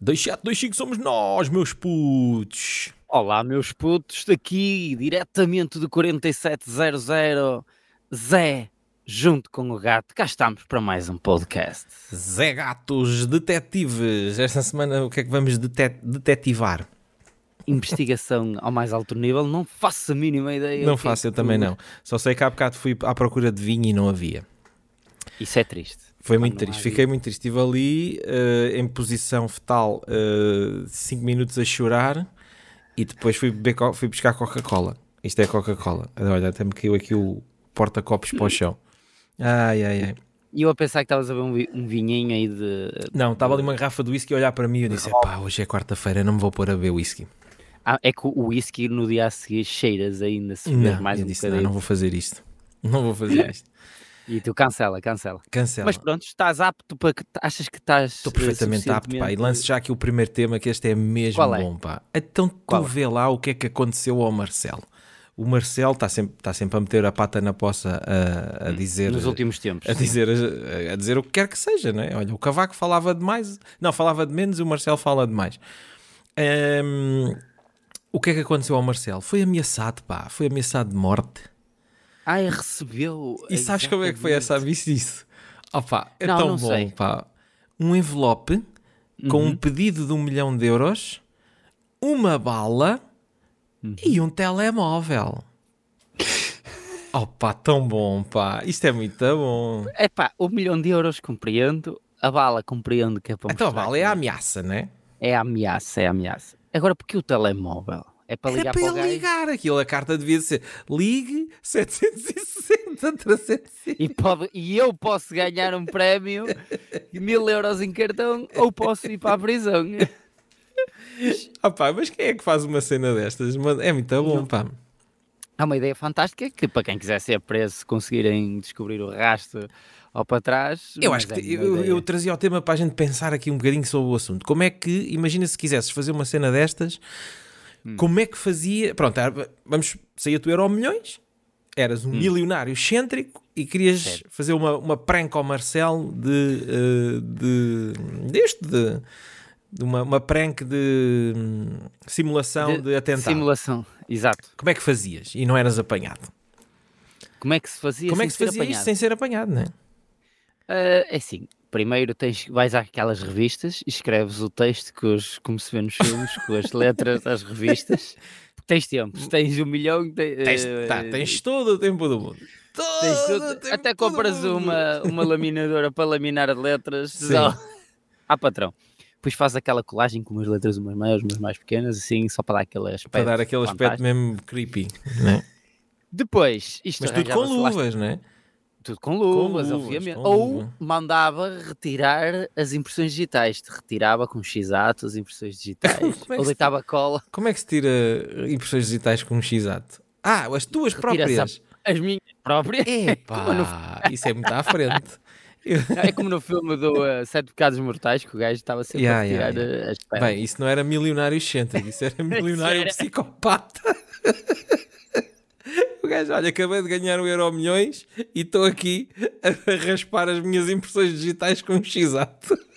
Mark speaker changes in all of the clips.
Speaker 1: 2725 somos nós, meus putos.
Speaker 2: Olá, meus putos, daqui, diretamente do 4700, Zé, junto com o gato, cá estamos para mais um podcast.
Speaker 1: Zé Gatos, detetives. Esta semana o que é que vamos dete- detetivar?
Speaker 2: Investigação ao mais alto nível, não faço a mínima ideia.
Speaker 1: não
Speaker 2: o que é
Speaker 1: faço,
Speaker 2: que
Speaker 1: eu também
Speaker 2: tu-
Speaker 1: não. Só sei que há bocado fui à procura de vinho e não havia.
Speaker 2: Isso é triste.
Speaker 1: Foi
Speaker 2: Pá,
Speaker 1: muito
Speaker 2: não
Speaker 1: triste,
Speaker 2: há
Speaker 1: fiquei muito triste. Estive ali eh, em posição fetal 5 minutos a chorar e depois fui, beber co- fui buscar Coca-Cola. Isto é Coca-Cola. Olha, até me caiu aqui o porta-copos para o chão. Ai, ai, ai.
Speaker 2: E eu a pensar que estavas a ver um, vi- um vinhinho aí de.
Speaker 1: Não, estava ali uma garrafa de whisky a olhar para mim e eu disse: pá, hoje é quarta-feira, não me vou pôr a beber whisky.
Speaker 2: Ah, é que o whisky no dia a seguir cheiras ainda se beber
Speaker 1: Não,
Speaker 2: mais
Speaker 1: eu
Speaker 2: um
Speaker 1: disse: não,
Speaker 2: bocadinho.
Speaker 1: não vou fazer isto. Não vou fazer isto.
Speaker 2: E tu cancela, cancela.
Speaker 1: Cancela.
Speaker 2: Mas pronto, estás apto para que achas que estás. eh,
Speaker 1: Estou perfeitamente apto, pá. E lanço já aqui o primeiro tema, que este é mesmo
Speaker 2: Qual é?
Speaker 1: bom, pá. Então tu
Speaker 2: Qual é?
Speaker 1: vê lá o que é que aconteceu ao Marcelo. O Marcelo está sempre, está sempre a meter a pata na poça a, a dizer...
Speaker 2: Hum. Nos últimos tempos.
Speaker 1: A dizer, a, dizer o que quer que seja, não é? Olha, o Cavaco falava de mais... Não, falava de menos e o Marcelo fala de mais. Hum, o que é que aconteceu ao Marcelo? Foi ameaçado, pá. Foi ameaçado de morte.
Speaker 2: Ai, Ah, recebeu.
Speaker 1: E sabes como é que foi
Speaker 2: exatamente.
Speaker 1: essa viste isso? Opa, é
Speaker 2: Não,
Speaker 1: tão
Speaker 2: não
Speaker 1: bom,
Speaker 2: sei. Uhum.
Speaker 1: pá. Um envelope com um pedido de um milhão de euros, uma bala e
Speaker 2: Uhum.
Speaker 1: um telemóvel. Opa, tão bom, pá. Isto é muito bom.
Speaker 2: É pá, o milhão de euros compreendo, a bala compreendo que é para
Speaker 1: Então a
Speaker 2: mostrar
Speaker 1: bala
Speaker 2: que
Speaker 1: é a ameaça, né?
Speaker 2: é a ameaça, é a ameaça. Agora, porque o telemóvel? É para
Speaker 1: Era
Speaker 2: ligar
Speaker 1: para
Speaker 2: para o
Speaker 1: ele
Speaker 2: gajo
Speaker 1: ligar aquilo. A carta devia ser ligue 760 360.
Speaker 2: e, pode- e eu posso ganhar um prémio de mil euros em cartão ou posso ir para a prisão.
Speaker 1: Opa, mas quem é que faz uma cena destas? Mano, É muito bom, pá.
Speaker 2: É uma ideia fantástica que para quem quiser ser preso, se conseguirem descobrir o rastro ou para trás.
Speaker 1: Eu
Speaker 2: mas
Speaker 1: acho
Speaker 2: é
Speaker 1: que
Speaker 2: uma
Speaker 1: eu,
Speaker 2: ideia.
Speaker 1: eu trazia o tema para a gente pensar aqui um bocadinho sobre o assunto. Como é que, imagina se quisesses fazer uma cena destas,
Speaker 2: Hum.
Speaker 1: como é que fazia? Pronto, ah, vamos sair tu euro ao milhões, eras
Speaker 2: Hum.
Speaker 1: um milionário excêntrico e querias fazer uma, uma prank ao Marcelo de, eh, de deste, de, de uma, uma prank de hum, simulação de, atentado.
Speaker 2: Simulação, exato.
Speaker 1: Como é que fazias e não eras apanhado?
Speaker 2: Como é que se fazia
Speaker 1: Como é
Speaker 2: sem
Speaker 1: que se
Speaker 2: ser
Speaker 1: fazia isto
Speaker 2: apanhado?
Speaker 1: sem ser apanhado, não é?
Speaker 2: Ah, é assim, primeiro tens, vais àquelas revistas e escreves o texto que os, como se vê nos filmes, com as letras das revistas. Tens tempo, se tens um milhão, te-
Speaker 1: Tens,
Speaker 2: eh,
Speaker 1: tá, tens todo o tempo do mundo.
Speaker 2: tens
Speaker 1: Todo
Speaker 2: tudo.
Speaker 1: o tempo
Speaker 2: até
Speaker 1: do
Speaker 2: compras
Speaker 1: mundo.
Speaker 2: uma, uma laminadora para laminar as letras.
Speaker 1: Sim.
Speaker 2: Só... Ah, patrão. Depois faz aquela colagem com umas letras umas maiores, umas mais pequenas, assim, só para dar aquele aspecto.
Speaker 1: Para dar aquele aspecto
Speaker 2: fantástico.
Speaker 1: mesmo creepy. Né?
Speaker 2: Depois, isto
Speaker 1: Mas tudo com
Speaker 2: arranjava-se lá
Speaker 1: luvas, né?
Speaker 2: Tudo com luvas,
Speaker 1: luvas,
Speaker 2: obviamente.
Speaker 1: com
Speaker 2: Ou
Speaker 1: luva.
Speaker 2: mandava retirar as impressões digitais. Te retirava com x-ato as impressões digitais. Como é que Ou
Speaker 1: se-
Speaker 2: deitava cola.
Speaker 1: Como é que se tira impressões digitais com um x-ato? Ah, as tuas
Speaker 2: Retira-se
Speaker 1: próprias.
Speaker 2: a- as minhas próprias. Como no-
Speaker 1: Epá, isso é muito à frente. Eu-
Speaker 2: É como no filme do eh, Sete Pecados Mortais, que o gajo estava sempre
Speaker 1: Yeah,
Speaker 2: a
Speaker 1: yeah,
Speaker 2: retirar eh, as pernas.
Speaker 1: Bem, isso não era milionário excêntrico, isso era milionário
Speaker 2: era.
Speaker 1: psicopata. O gajo, olha, acabei de ganhar um euro milhões e estou aqui a raspar as minhas impressões digitais com um x-ato.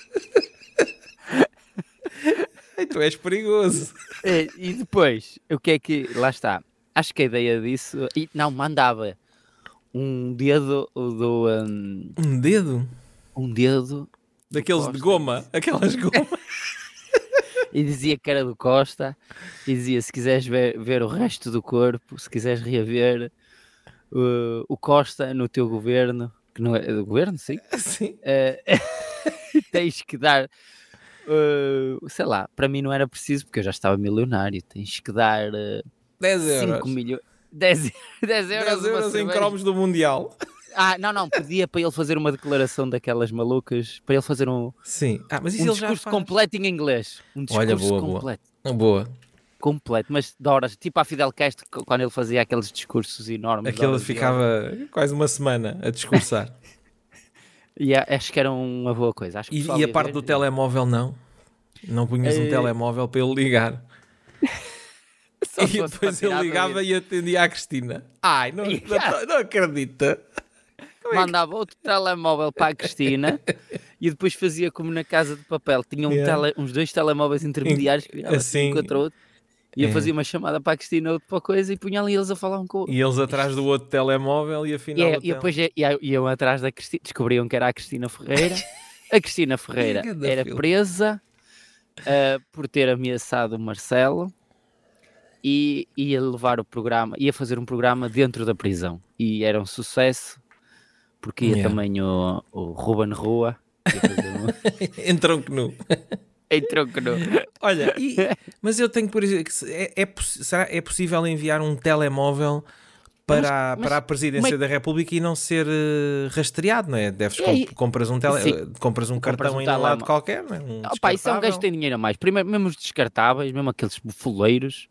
Speaker 1: Ei, tu Então és perigoso.
Speaker 2: Eh, E depois, o que é que. Lá está. Acho que a ideia disso. E, não, mandava um dedo do. Um,
Speaker 1: Um dedo?
Speaker 2: um dedo
Speaker 1: Daqueles de goma, aquelas gomas.
Speaker 2: e dizia que era do Costa e dizia se quiseres ver, ver o resto do corpo, se quiseres reaver uh, o Costa no teu governo, que não é é do governo, sim,
Speaker 1: Assim.
Speaker 2: eh, tens que dar, uh, sei lá, para mim não era preciso porque eu já estava milionário, tens que dar uh,
Speaker 1: 10 euros.
Speaker 2: 5 milhões, 10, 10
Speaker 1: 10
Speaker 2: euros, uma
Speaker 1: euros em
Speaker 2: cerveja.
Speaker 1: cromos do Mundial.
Speaker 2: Ah, não, não, pedia para ele fazer uma declaração daquelas malucas, para ele fazer um,
Speaker 1: Sim. Ah, mas isso
Speaker 2: um
Speaker 1: ele já
Speaker 2: discurso
Speaker 1: faz.
Speaker 2: completo em inglês. Um discurso
Speaker 1: Olha, boa, boa.
Speaker 2: completo.
Speaker 1: Boa.
Speaker 2: Completo, mas de horas, tipo a Fidel Castro, co- quando ele fazia aqueles discursos enormes. de
Speaker 1: Aquele
Speaker 2: horas e horas.
Speaker 1: ficava quase uma semana a discursar.
Speaker 2: E a- acho que era uma boa coisa. Acho que o
Speaker 1: E,
Speaker 2: pessoal
Speaker 1: e a
Speaker 2: ia
Speaker 1: parte
Speaker 2: ver.
Speaker 1: do telemóvel não? Não punhas um
Speaker 2: Eh,
Speaker 1: telemóvel para ele ligar.
Speaker 2: Só
Speaker 1: E
Speaker 2: se fosse
Speaker 1: depois
Speaker 2: para tirar
Speaker 1: ele
Speaker 2: a
Speaker 1: ligava
Speaker 2: dúvida.
Speaker 1: e atendia à Cristina. Ai, não, não, não acredita.
Speaker 2: mandava outro telemóvel para a Cristina e depois fazia como na casa de papel. Tinha um
Speaker 1: Yeah.
Speaker 2: tele- uns dois telemóveis intermediários que virava
Speaker 1: Assim.
Speaker 2: assim, um contra o outro. E eu
Speaker 1: É.
Speaker 2: fazia uma chamada para a Cristina outro para a coisa e punha ali eles a falar um com o outro.
Speaker 1: E eles atrás do outro telemóvel e
Speaker 2: E,
Speaker 1: afinal.
Speaker 2: é-
Speaker 1: o
Speaker 2: e depois é- e aí iam atrás da Cristina, descobriam que era a Cristina Ferreira. A Cristina Ferreira
Speaker 1: Ganda
Speaker 2: era
Speaker 1: filme.
Speaker 2: presa ah, por ter ameaçado o Marcelo e ia levar o programa, ia fazer um programa dentro da prisão. E era um sucesso, porque ia
Speaker 1: Yeah.
Speaker 2: também o, o Ruben Rua. ia fazer um-
Speaker 1: tele- em tronco nu.
Speaker 2: Entrou que não.
Speaker 1: Olha, e- mas eu tenho por exemplo, que se- é, é, possi- será é possível enviar um telemóvel para, a-
Speaker 2: mas
Speaker 1: para a presidência da República e não ser eh, rastreado, não é? Deves
Speaker 2: E
Speaker 1: com-
Speaker 2: aí-
Speaker 1: compras um tele,
Speaker 2: Sim.
Speaker 1: compras um cartão
Speaker 2: um
Speaker 1: aí no lado
Speaker 2: telemóvel.
Speaker 1: qualquer, não é? Um
Speaker 2: Opa, isso é um gajo que tem dinheiro a mais. Primeiro, mesmo os descartáveis, mesmo aqueles bufoleiros.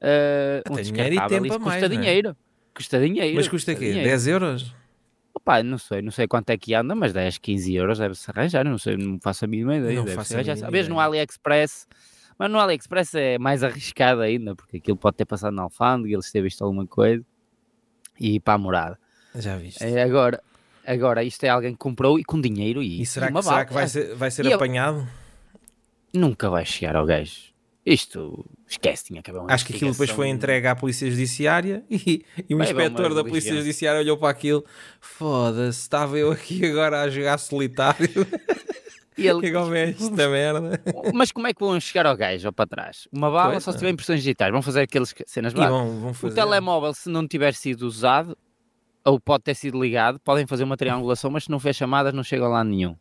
Speaker 2: ah,
Speaker 1: Ah, tem dinheiro e
Speaker 2: descartável,
Speaker 1: tempo
Speaker 2: isso
Speaker 1: a mais,
Speaker 2: Custa
Speaker 1: não é?
Speaker 2: dinheiro. Custa dinheiro.
Speaker 1: Mas custa quê?
Speaker 2: dinheiro.
Speaker 1: 10 euros?
Speaker 2: Opa, não sei, não sei quanto é que anda, mas 10, 15 euros deve-se arranjar, não sei, não faço a mínima ideia.
Speaker 1: Não
Speaker 2: deve-se
Speaker 1: faço a
Speaker 2: arranjar.
Speaker 1: mínima
Speaker 2: Talvez no
Speaker 1: ideia.
Speaker 2: AliExpress, mas no AliExpress é mais arriscado ainda, porque aquilo pode ter passado na alfândega, eles ter visto alguma coisa e ir para a morada.
Speaker 1: Já viste.
Speaker 2: É, agora, agora, isto é alguém que comprou e com dinheiro e,
Speaker 1: E será
Speaker 2: uma
Speaker 1: que, será
Speaker 2: bala.
Speaker 1: que vai ser, vai ser
Speaker 2: E eu-
Speaker 1: apanhado?
Speaker 2: Nunca vai chegar ao gajo. Isto, esquece, tinha que haver uma
Speaker 1: Acho que aquilo depois foi
Speaker 2: investigação.
Speaker 1: entregue à Polícia Judiciária e, e o
Speaker 2: Vai, vai,
Speaker 1: inspetor
Speaker 2: uma
Speaker 1: da Polícia
Speaker 2: religião.
Speaker 1: Judiciária olhou para aquilo: foda-se, estava eu aqui agora a jogar solitário.
Speaker 2: E ele-
Speaker 1: Igual vejo esta merda.
Speaker 2: mas como é que vão chegar ao gajo ou para trás? Uma bala
Speaker 1: Pois,
Speaker 2: só
Speaker 1: não.
Speaker 2: se tiver impressões digitais, vão fazer aqueles que- cenas
Speaker 1: E
Speaker 2: básicas.
Speaker 1: vão, vão fazer.
Speaker 2: O telemóvel, se não tiver sido usado, ou pode ter sido ligado, podem fazer uma triangulação, mas se não fez chamadas, não chegam lá nenhum.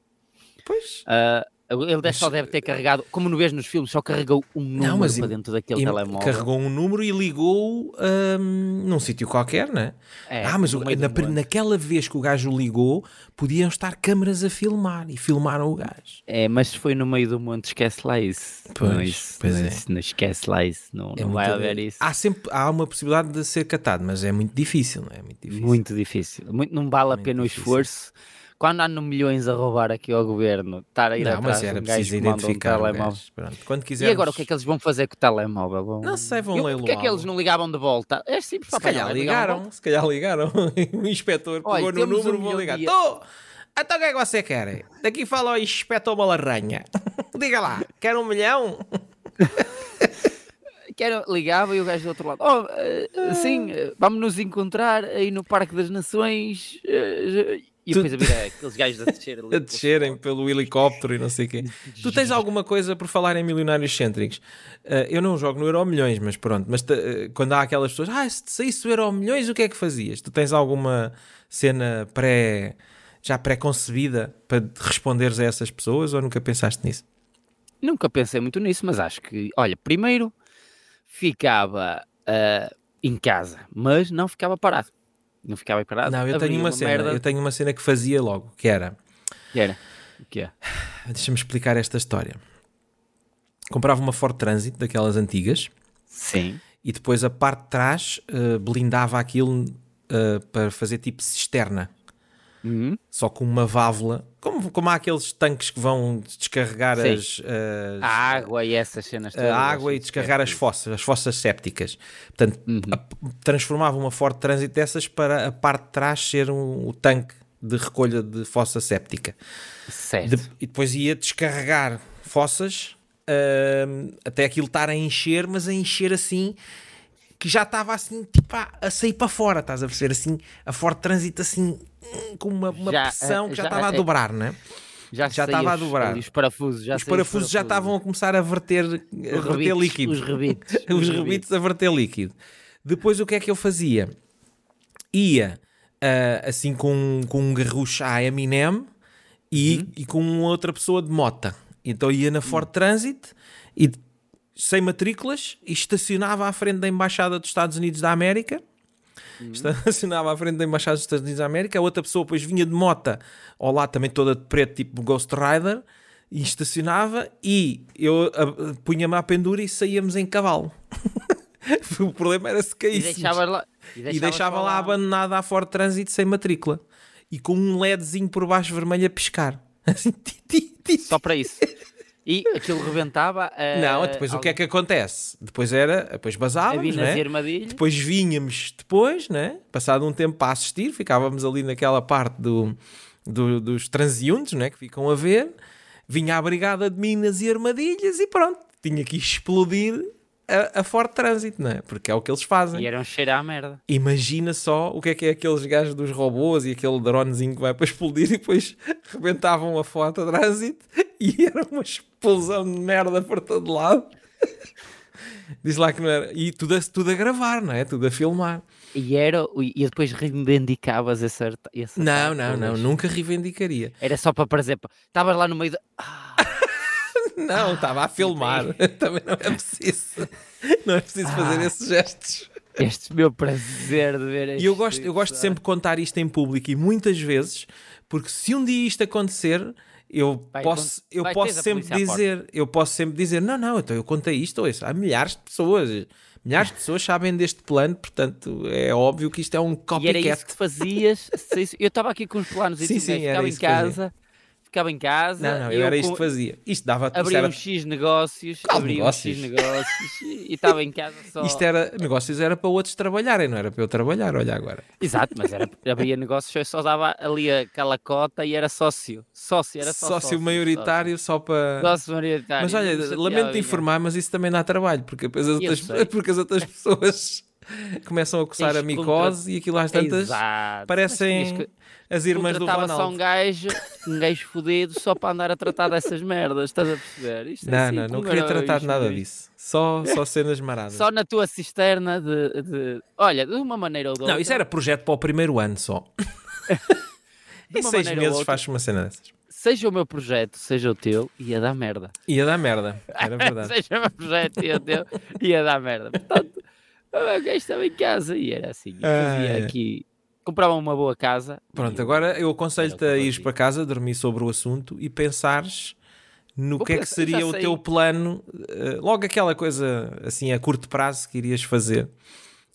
Speaker 1: Pois.
Speaker 2: Ah, ele deve- só
Speaker 1: Mas-
Speaker 2: deve ter carregado, como no vês nos filmes, só carregou um número
Speaker 1: mas
Speaker 2: para
Speaker 1: im-
Speaker 2: dentro daquele
Speaker 1: E
Speaker 2: telemóvel.
Speaker 1: carregou um número e ligou hum, num sítio qualquer, né?
Speaker 2: É,
Speaker 1: ah, mas
Speaker 2: no
Speaker 1: o-
Speaker 2: meio do
Speaker 1: na pri-
Speaker 2: monte.
Speaker 1: naquela vez que o gajo ligou, podiam estar câmaras a filmar e filmaram o gajo.
Speaker 2: É, mas se foi no meio do monte, esquece lá isso.
Speaker 1: Pois,
Speaker 2: não, isso,
Speaker 1: pois
Speaker 2: não,
Speaker 1: é.
Speaker 2: isso, não esquece lá isso, não,
Speaker 1: É
Speaker 2: não
Speaker 1: muito-
Speaker 2: vai haver isso.
Speaker 1: Há sempre há uma possibilidade de ser catado, mas é muito difícil, não é? É Muito difícil.
Speaker 2: Muito difícil. Muito, não vale a
Speaker 1: Muito
Speaker 2: pena o
Speaker 1: difícil.
Speaker 2: esforço. Quando andam milhões a roubar aqui ao governo, estar a ir
Speaker 1: Não,
Speaker 2: atrás
Speaker 1: mas
Speaker 2: de
Speaker 1: era
Speaker 2: um gajo
Speaker 1: preciso
Speaker 2: que manda um
Speaker 1: identificar o
Speaker 2: telemóvel.
Speaker 1: gajo. Pronto, Quando quiser.
Speaker 2: E agora o que é que eles vão fazer com o telemóvel? Vão...
Speaker 1: Não sei, vão
Speaker 2: Eu- Porquê é que eles
Speaker 1: leiloá-lo.
Speaker 2: não ligavam de volta? É simples,
Speaker 1: Se
Speaker 2: papai,
Speaker 1: calhar
Speaker 2: não, ligavam de
Speaker 1: ligaram, se calhar ligaram. o inspetor pegou
Speaker 2: Olha,
Speaker 1: no
Speaker 2: temos um
Speaker 1: número, vou
Speaker 2: milhão
Speaker 1: ligar.
Speaker 2: de-
Speaker 1: Tô! Então o que é que você quer? Daqui fala o inspetor Malarranha. Diga lá, quer um milhão?
Speaker 2: volta. Que era- ligava e o gajo do outro lado. Oh, eh,
Speaker 1: Ah.
Speaker 2: sim, eh, vamos nos encontrar aí no Parque das Nações. eh, e
Speaker 1: Tu-
Speaker 2: depois havia aqueles gajos a descer ali.
Speaker 1: A descerem pelo helicóptero e não sei o quê. Tu tens alguma coisa por falar em milionários cêntricos? Ah, eu não jogo no Euro Milhões, mas pronto. Mas ta- ah, quando há aquelas pessoas, ah, se te saísse o Euro Milhões, o que é que fazias? Tu tens alguma cena pré, já pré-concebida para te responderes a essas pessoas ou nunca pensaste nisso?
Speaker 2: Nunca pensei muito nisso, mas acho que, olha, primeiro ficava ah, em casa, mas não ficava parado. Não ficava parado.
Speaker 1: Não, eu
Speaker 2: abria
Speaker 1: tenho uma, cena,
Speaker 2: Ah, merda
Speaker 1: eu tenho uma cena que fazia logo, que era,
Speaker 2: que era. O que é?
Speaker 1: deixa-me explicar esta história. Comprava uma Ford Transit daquelas antigas.
Speaker 2: Sim.
Speaker 1: e depois a parte de trás eh, blindava aquilo eh, para fazer tipo cisterna,
Speaker 2: Uhum.
Speaker 1: só com uma válvula, como, como há aqueles tanques que vão descarregar
Speaker 2: Sim.
Speaker 1: as, as-
Speaker 2: A água e essas cenas todas,
Speaker 1: a água e
Speaker 2: esses
Speaker 1: descarregar as fossas, as fossas sépticas. Portanto,
Speaker 2: Uhum.
Speaker 1: a- transformava uma Ford Transit dessas para a parte de trás ser um- o tanque de recolha de fossa séptica.
Speaker 2: Certo.
Speaker 1: De- e depois ia descarregar fossas ahm, até aquilo estar a encher, mas a encher assim que já estava assim tipo a, a sair para fora, estás a perceber? Assim, a forte trânsito assim hum, com uma, uma
Speaker 2: Já,
Speaker 1: pressão
Speaker 2: eh,
Speaker 1: que já
Speaker 2: já,
Speaker 1: estava a
Speaker 2: eh,
Speaker 1: dobrar, né?
Speaker 2: já,
Speaker 1: Já
Speaker 2: saía
Speaker 1: estava a
Speaker 2: os-
Speaker 1: dobrar.
Speaker 2: ali Os parafusos já
Speaker 1: Os
Speaker 2: saía os
Speaker 1: parafusos já estavam a começar a verter, a
Speaker 2: Os
Speaker 1: verter
Speaker 2: rebites,
Speaker 1: líquido.
Speaker 2: Os rebites.
Speaker 1: os rebites a verter líquido. Depois o que é que eu fazia? Ia ah, assim com, com um garrucha à Eminem e, e com uma outra pessoa de mota. Então ia na Ford Transit e de- sem matrículas e estacionava à frente da Embaixada dos Estados Unidos da América.
Speaker 2: Hum.
Speaker 1: Estacionava à frente da Embaixada dos Estados Unidos da América. A outra pessoa depois vinha de mota ao lado, também toda de preto, tipo Ghost Rider, e estacionava. E eu ah, punha-me à pendura e saíamos em cavalo. o problema era se
Speaker 2: E
Speaker 1: caísse.
Speaker 2: deixava lá.
Speaker 1: E deixava lá abandonada à Ford Transit sem matrícula e com um LEDzinho por baixo vermelho a piscar. Assim, ti, ti, ti.
Speaker 2: Só para isso. E aquilo rebentava. ah,
Speaker 1: Não, depois o que é que acontece? Depois era, depois basávamos,
Speaker 2: Havia
Speaker 1: né?
Speaker 2: nas armadilhas.
Speaker 1: depois vinhamos depois, né? passado um tempo para assistir, ficávamos ali naquela parte do, do- dos transeuntes né? que ficam a ver, vinha a brigada de minas e armadilhas e pronto, tinha que explodir a, a forte trânsito, né? porque é o que eles fazem.
Speaker 2: E era um cheiro à merda.
Speaker 1: Imagina só o que é que é aqueles gajos dos robôs e aquele dronezinho que vai para explodir e depois rebentavam a foto de trânsito e era uma explosão de merda por todo lado. Diz lá que não era. E tudo a, tudo a gravar, não é? Tudo a filmar.
Speaker 2: E, era, o- e depois reivindicavas esse, arte- esse
Speaker 1: Não,
Speaker 2: ataque,
Speaker 1: não, não.
Speaker 2: mas
Speaker 1: Nunca reivindicaria.
Speaker 2: Era só para prazer. pá. Estavas lá no meio da. Ah,
Speaker 1: Não, estava a filmar. Também não é preciso. Não é preciso fazer esses gestos.
Speaker 2: este meu prazer de ver
Speaker 1: E eu gosto, eu gosto de sempre de contar isto em público e muitas vezes, porque se um dia isto acontecer, eu
Speaker 2: Vai
Speaker 1: posso,
Speaker 2: acon-
Speaker 1: eu
Speaker 2: vai teres
Speaker 1: posso
Speaker 2: a
Speaker 1: sempre
Speaker 2: polícia à porta.
Speaker 1: dizer, eu posso sempre dizer, não, não, então eu contei isto ou isso. Há milhares de pessoas, milhares de pessoas sabem deste plano, portanto é óbvio que isto é um
Speaker 2: E era isso
Speaker 1: copycat.
Speaker 2: que fazias. se isso- Eu estava aqui com os planos e
Speaker 1: Sim,
Speaker 2: tudo,
Speaker 1: sim,
Speaker 2: né?
Speaker 1: era
Speaker 2: ficava em
Speaker 1: isso que fazia.
Speaker 2: casa. Ficava em casa.
Speaker 1: Não, não,
Speaker 2: e
Speaker 1: eu era isto
Speaker 2: com-
Speaker 1: que fazia. Isto dava, isto
Speaker 2: Abria
Speaker 1: era,
Speaker 2: um X negócios,
Speaker 1: Qual
Speaker 2: abria
Speaker 1: negócios?
Speaker 2: um X negócios e e estava em casa só.
Speaker 1: isto é- era, negócios era para outros trabalharem, não era para eu trabalhar, olha agora.
Speaker 2: Exato, mas era, abria negócios, eu só dava ali aquela cota e era sócio. Sócio, era só
Speaker 1: Sócio, maioritário só para...
Speaker 2: Sócio, Sócio maioritário.
Speaker 1: Mas
Speaker 2: não me
Speaker 1: olha,
Speaker 2: chateava,
Speaker 1: lamento
Speaker 2: vinha.
Speaker 1: informar, mas isso também dá trabalho, porque depois as,
Speaker 2: Eu
Speaker 1: outras,
Speaker 2: sei.
Speaker 1: porque as outras pessoas começam a coçar
Speaker 2: Tens
Speaker 1: a
Speaker 2: que
Speaker 1: micose e aquilo às tantas
Speaker 2: Exato. Mas
Speaker 1: parecem
Speaker 2: tinhas que-
Speaker 1: as irmãs do
Speaker 2: contratava só um
Speaker 1: Ronaldo.
Speaker 2: gajo, um gajo fodido só para andar a tratar dessas merdas, estás a perceber? Isto é
Speaker 1: Não,
Speaker 2: assim,
Speaker 1: não, não
Speaker 2: como
Speaker 1: queria
Speaker 2: era
Speaker 1: tratar de
Speaker 2: isto,
Speaker 1: nada
Speaker 2: isto?
Speaker 1: disso. Só, só cenas maradas.
Speaker 2: Só na tua cisterna de, de- Olha, de uma maneira ou de outra.
Speaker 1: Não, isso é era projeto para o primeiro ano só.
Speaker 2: de
Speaker 1: Em
Speaker 2: uma
Speaker 1: seis
Speaker 2: maneira ou
Speaker 1: meses
Speaker 2: outra,
Speaker 1: faz uma cena dessas.
Speaker 2: Seja o meu projeto, seja o teu, ia dar merda.
Speaker 1: Ia dar merda, era verdade.
Speaker 2: seja o meu projeto, ia, teu, um ia dar merda. Portanto, o meu gajo estava em casa e era assim. eu
Speaker 1: Ai, ai.
Speaker 2: Fazia aqui. Comprava uma boa casa.
Speaker 1: Ah. Pronto,
Speaker 2: e-
Speaker 1: agora eu
Speaker 2: Era o
Speaker 1: aconselho-te
Speaker 2: que
Speaker 1: a
Speaker 2: eu
Speaker 1: ires
Speaker 2: fazia.
Speaker 1: para casa, dormir sobre o assunto e pensares no
Speaker 2: Vou
Speaker 1: que é que
Speaker 2: pensar, já
Speaker 1: seria o
Speaker 2: sei.
Speaker 1: teu plano, eh, logo aquela coisa assim a curto prazo que irias fazer.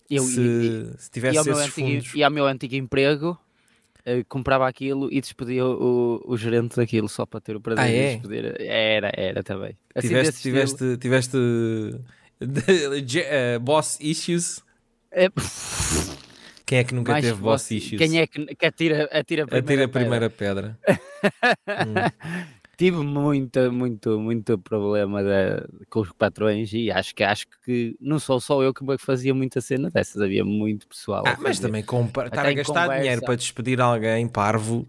Speaker 2: Eu,
Speaker 1: se,
Speaker 2: e-
Speaker 1: se
Speaker 2: e,
Speaker 1: tivesse
Speaker 2: ao meu
Speaker 1: esses
Speaker 2: antigo,
Speaker 1: fundos.
Speaker 2: e ao meu antigo emprego, eh, comprava aquilo e despedia o, o gerente daquilo só para ter o prazer
Speaker 1: Ah,
Speaker 2: de
Speaker 1: é?
Speaker 2: despedir. Era, era também. Assim,
Speaker 1: tiveste,
Speaker 2: desse
Speaker 1: tiveste,
Speaker 2: estilo.
Speaker 1: tiveste de- je- eh, boss issues.
Speaker 2: É,
Speaker 1: Quem é que nunca
Speaker 2: mais
Speaker 1: teve
Speaker 2: que
Speaker 1: boss
Speaker 2: você-
Speaker 1: issues?
Speaker 2: Quem é que, que atira, atira a primeira?
Speaker 1: Atira a
Speaker 2: pedra?
Speaker 1: primeira pedra.
Speaker 2: Tive muito, muito, muito problema da- com os patrões e acho que acho que não sou só eu que fazia muita cena dessas, havia muito pessoal. a
Speaker 1: Ah, mas
Speaker 2: fazer.
Speaker 1: também compra- estar
Speaker 2: Até
Speaker 1: a
Speaker 2: em
Speaker 1: gastar dinheiro
Speaker 2: conversa.
Speaker 1: para despedir alguém parvo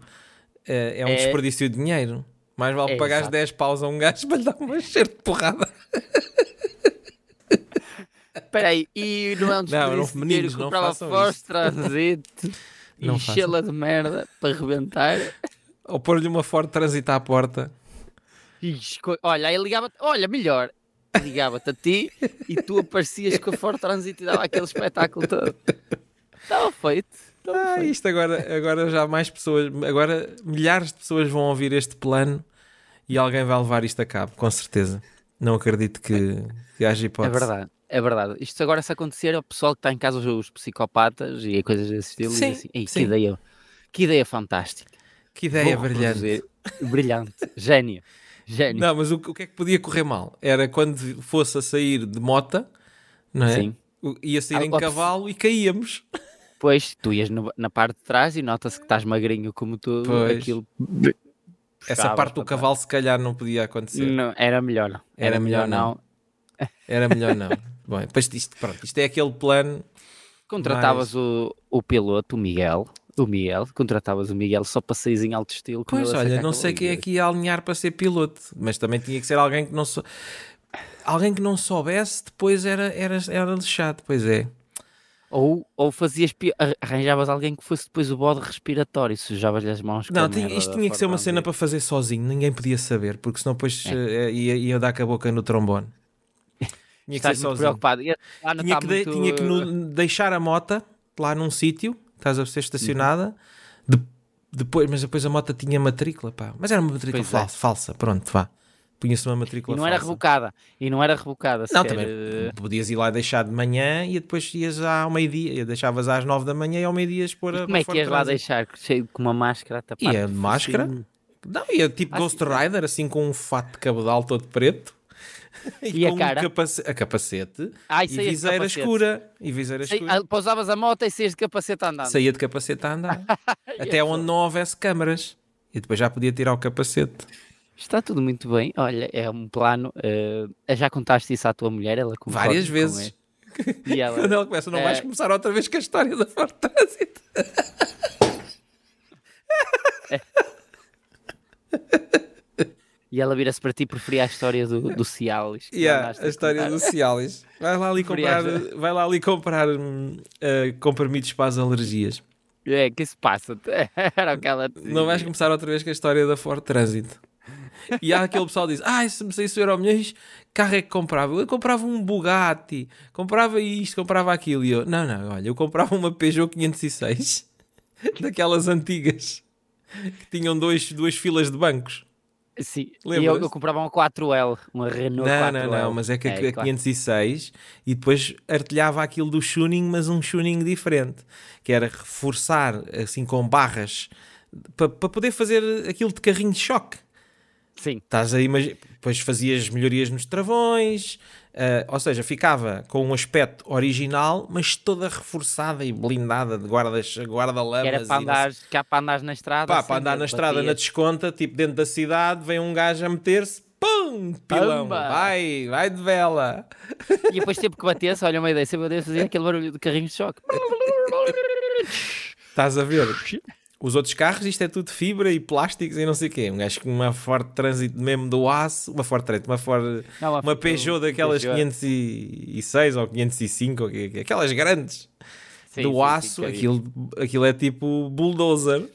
Speaker 1: eh, é um
Speaker 2: É.
Speaker 1: desperdício de dinheiro. Mais vale
Speaker 2: É,
Speaker 1: pagares
Speaker 2: exato.
Speaker 1: 10 paus a um gajo para lhe dar uma cheiro de porrada.
Speaker 2: Espera aí, e não é um
Speaker 1: Não, eram
Speaker 2: desperdício de dinheiro
Speaker 1: meninos, não
Speaker 2: comprava
Speaker 1: façam
Speaker 2: Ford
Speaker 1: isso.
Speaker 2: Transit e
Speaker 1: Não façam.
Speaker 2: enchê-la de merda para rebentar.
Speaker 1: Ou pôr-lhe uma Ford Transit à porta.
Speaker 2: E esco- olha, aí ligava olha, melhor, ligava-te a ti e tu aparecias com a Ford Transit e dava aquele espetáculo todo. Então, Estava feito. estava
Speaker 1: Ah,
Speaker 2: feito.
Speaker 1: isto agora, agora já mais pessoas, agora milhares de pessoas vão ouvir este plano e alguém vai levar isto a cabo, com certeza. Não acredito que, que haja
Speaker 2: É
Speaker 1: hipótese.
Speaker 2: verdade, é verdade. Isto agora, se acontecer, é o pessoal que está em casa, os, os psicopatas e coisas desse estilo,
Speaker 1: Sim,
Speaker 2: diz assim: Ei,
Speaker 1: sim.
Speaker 2: que ideia, que ideia fantástica.
Speaker 1: Que ideia
Speaker 2: Vou
Speaker 1: brilhante.
Speaker 2: reproduzir." Brilhante, gênio, gênio.
Speaker 1: Não, mas o, o que é que podia correr mal? Era quando fosse a sair de mota, não é?
Speaker 2: Sim.
Speaker 1: O- Ia sair
Speaker 2: Ah,
Speaker 1: em
Speaker 2: ou-
Speaker 1: cavalo e caíamos.
Speaker 2: Pois, tu ias no- na parte de trás e nota-se que estás magrinho como tu,
Speaker 1: Pois.
Speaker 2: aquilo.
Speaker 1: Essa parte do
Speaker 2: puxavas para trás.
Speaker 1: cavalo se calhar não podia acontecer.
Speaker 2: Não, era melhor não.
Speaker 1: Era melhor não. Era melhor não. Bom, depois isto, pronto, isto é aquele plano.
Speaker 2: Contratavas o, o piloto, o Miguel, o Miguel, contratavas o Miguel só para sair em alto estilo. como
Speaker 1: Pois,
Speaker 2: ele a
Speaker 1: olha,
Speaker 2: sacar
Speaker 1: não
Speaker 2: com
Speaker 1: sei
Speaker 2: ele.
Speaker 1: quem é que ia alinhar para ser piloto, mas também tinha que ser alguém que não sou... alguém que não soubesse, depois era, era, era lixado, pois é.
Speaker 2: Ou, ou fazias pi- ar- arranjavas alguém que fosse depois o bode respiratório, sujavas-lhe as mãos. com
Speaker 1: Não,
Speaker 2: é a
Speaker 1: tinha-
Speaker 2: merda
Speaker 1: isto
Speaker 2: da
Speaker 1: tinha que ser uma
Speaker 2: Ford
Speaker 1: cena
Speaker 2: Transit.
Speaker 1: para fazer sozinho, ninguém podia saber, porque senão depois
Speaker 2: É.
Speaker 1: eh, ia, ia dar com a boca no trombone. Tinha que ser
Speaker 2: Estás muito
Speaker 1: sozinho.
Speaker 2: preocupado. E- Ah, não
Speaker 1: Tinha
Speaker 2: está
Speaker 1: que, de-
Speaker 2: muito,
Speaker 1: tinha que no- deixar a moto lá num sítio, estás a ser
Speaker 2: Uhum.
Speaker 1: estacionada, de- depois, mas depois a moto tinha matrícula, pá. Mas era uma matrícula
Speaker 2: Pois é.
Speaker 1: falsa, falsa, pronto, vá. Punha-se uma matrícula
Speaker 2: E não
Speaker 1: falsa.
Speaker 2: era rebocada. E não era rebocada.
Speaker 1: Não,
Speaker 2: sequer,
Speaker 1: também
Speaker 2: eh,
Speaker 1: podias ir lá deixar de manhã e depois ias ao meio-dia, e deixavas às nove da manhã e ao meio-dia expor a
Speaker 2: Como é que
Speaker 1: Ford
Speaker 2: ias lá
Speaker 1: Transit.
Speaker 2: deixar? Cheio com uma máscara a tapar.
Speaker 1: Ia de é máscara, Não, ia tipo
Speaker 2: Ah,
Speaker 1: Ghost
Speaker 2: sim.
Speaker 1: Rider, assim com um fato de cabedal todo preto.
Speaker 2: E a
Speaker 1: um
Speaker 2: cara?
Speaker 1: capace- a capacete.
Speaker 2: Ah,
Speaker 1: e
Speaker 2: isso aí é de
Speaker 1: viseira
Speaker 2: capacete.
Speaker 1: escura. E viseira
Speaker 2: Sei,
Speaker 1: escura.
Speaker 2: ah, pousavas a moto e saías de capacete a andar.
Speaker 1: Saía de capacete a andar. Até
Speaker 2: a
Speaker 1: onde não houvesse câmaras. E depois já podia tirar o capacete.
Speaker 2: Está tudo muito bem. Olha, é um plano. eh, já contaste isso à tua mulher? Ela concorda
Speaker 1: Várias
Speaker 2: Um com
Speaker 1: vezes.
Speaker 2: ele. E ela,
Speaker 1: Quando ela começa, não vais
Speaker 2: É.
Speaker 1: começar outra vez com a história da Fortransit.
Speaker 2: e ela vira-se para ti e preferia a história do, do Cialis. que
Speaker 1: Yeah,
Speaker 2: andaste
Speaker 1: a história
Speaker 2: contar.
Speaker 1: do Cialis. Vai lá ali comprar,
Speaker 2: Curiosa.
Speaker 1: vai lá ali comprar hum, eh, comprimidos para as alergias.
Speaker 2: É, que se passa? Era o que ela te
Speaker 1: Não vais
Speaker 2: dizia.
Speaker 1: começar outra vez com a história da Ford Transit. E há aquele pessoal que diz: Ah, se me saísse o Euro milhões, carro é que comprava. Eu comprava um Bugatti, comprava isto, comprava aquilo. E eu: Não, não, olha, eu comprava uma Peugeot 506, daquelas antigas, que tinham dois, duas filas de bancos.
Speaker 2: Sim, e eu,
Speaker 1: Lembras-te?
Speaker 2: eu comprava uma 4L, uma Renault
Speaker 1: não,
Speaker 2: 4L.
Speaker 1: não, não, mas é que a, a
Speaker 2: claro.
Speaker 1: 506 e depois artilhava aquilo do tuning, mas um tuning diferente, que era reforçar assim com barras para poder fazer aquilo de carrinho de choque.
Speaker 2: Sim,
Speaker 1: Estás aí, mas depois fazias melhorias nos travões, ah, ou seja, ficava com um aspecto original, mas toda reforçada e blindada de guardas- guarda-lamas.
Speaker 2: que era para
Speaker 1: Ah, e não sei-
Speaker 2: andar, que há para andar na estrada.
Speaker 1: Pá,
Speaker 2: assim,
Speaker 1: para andar
Speaker 2: né?
Speaker 1: na estrada, na
Speaker 2: Batias.
Speaker 1: desconta, tipo dentro da cidade, vem um gajo a meter-se, pum, pilão,
Speaker 2: Pumba!
Speaker 1: vai, vai de vela.
Speaker 2: E depois sempre que batesse, olha uma ideia, sempre batesse, fazia aquele barulho de carrinho de choque.
Speaker 1: Estás a ver? Os outros carros, isto é tudo fibra e plásticos e não sei o quê. Um gajo com uma Ford Transit mesmo do aço, uma Ford Transit, uma Ford...
Speaker 2: Não,
Speaker 1: Uma Peugeot daquelas
Speaker 2: Peugeot.
Speaker 1: 506 ou 505, ou que- que- aquelas grandes,
Speaker 2: Sim,
Speaker 1: do
Speaker 2: sim, sim,
Speaker 1: aço,
Speaker 2: que havia.
Speaker 1: aquilo, aquilo é tipo bulldozer.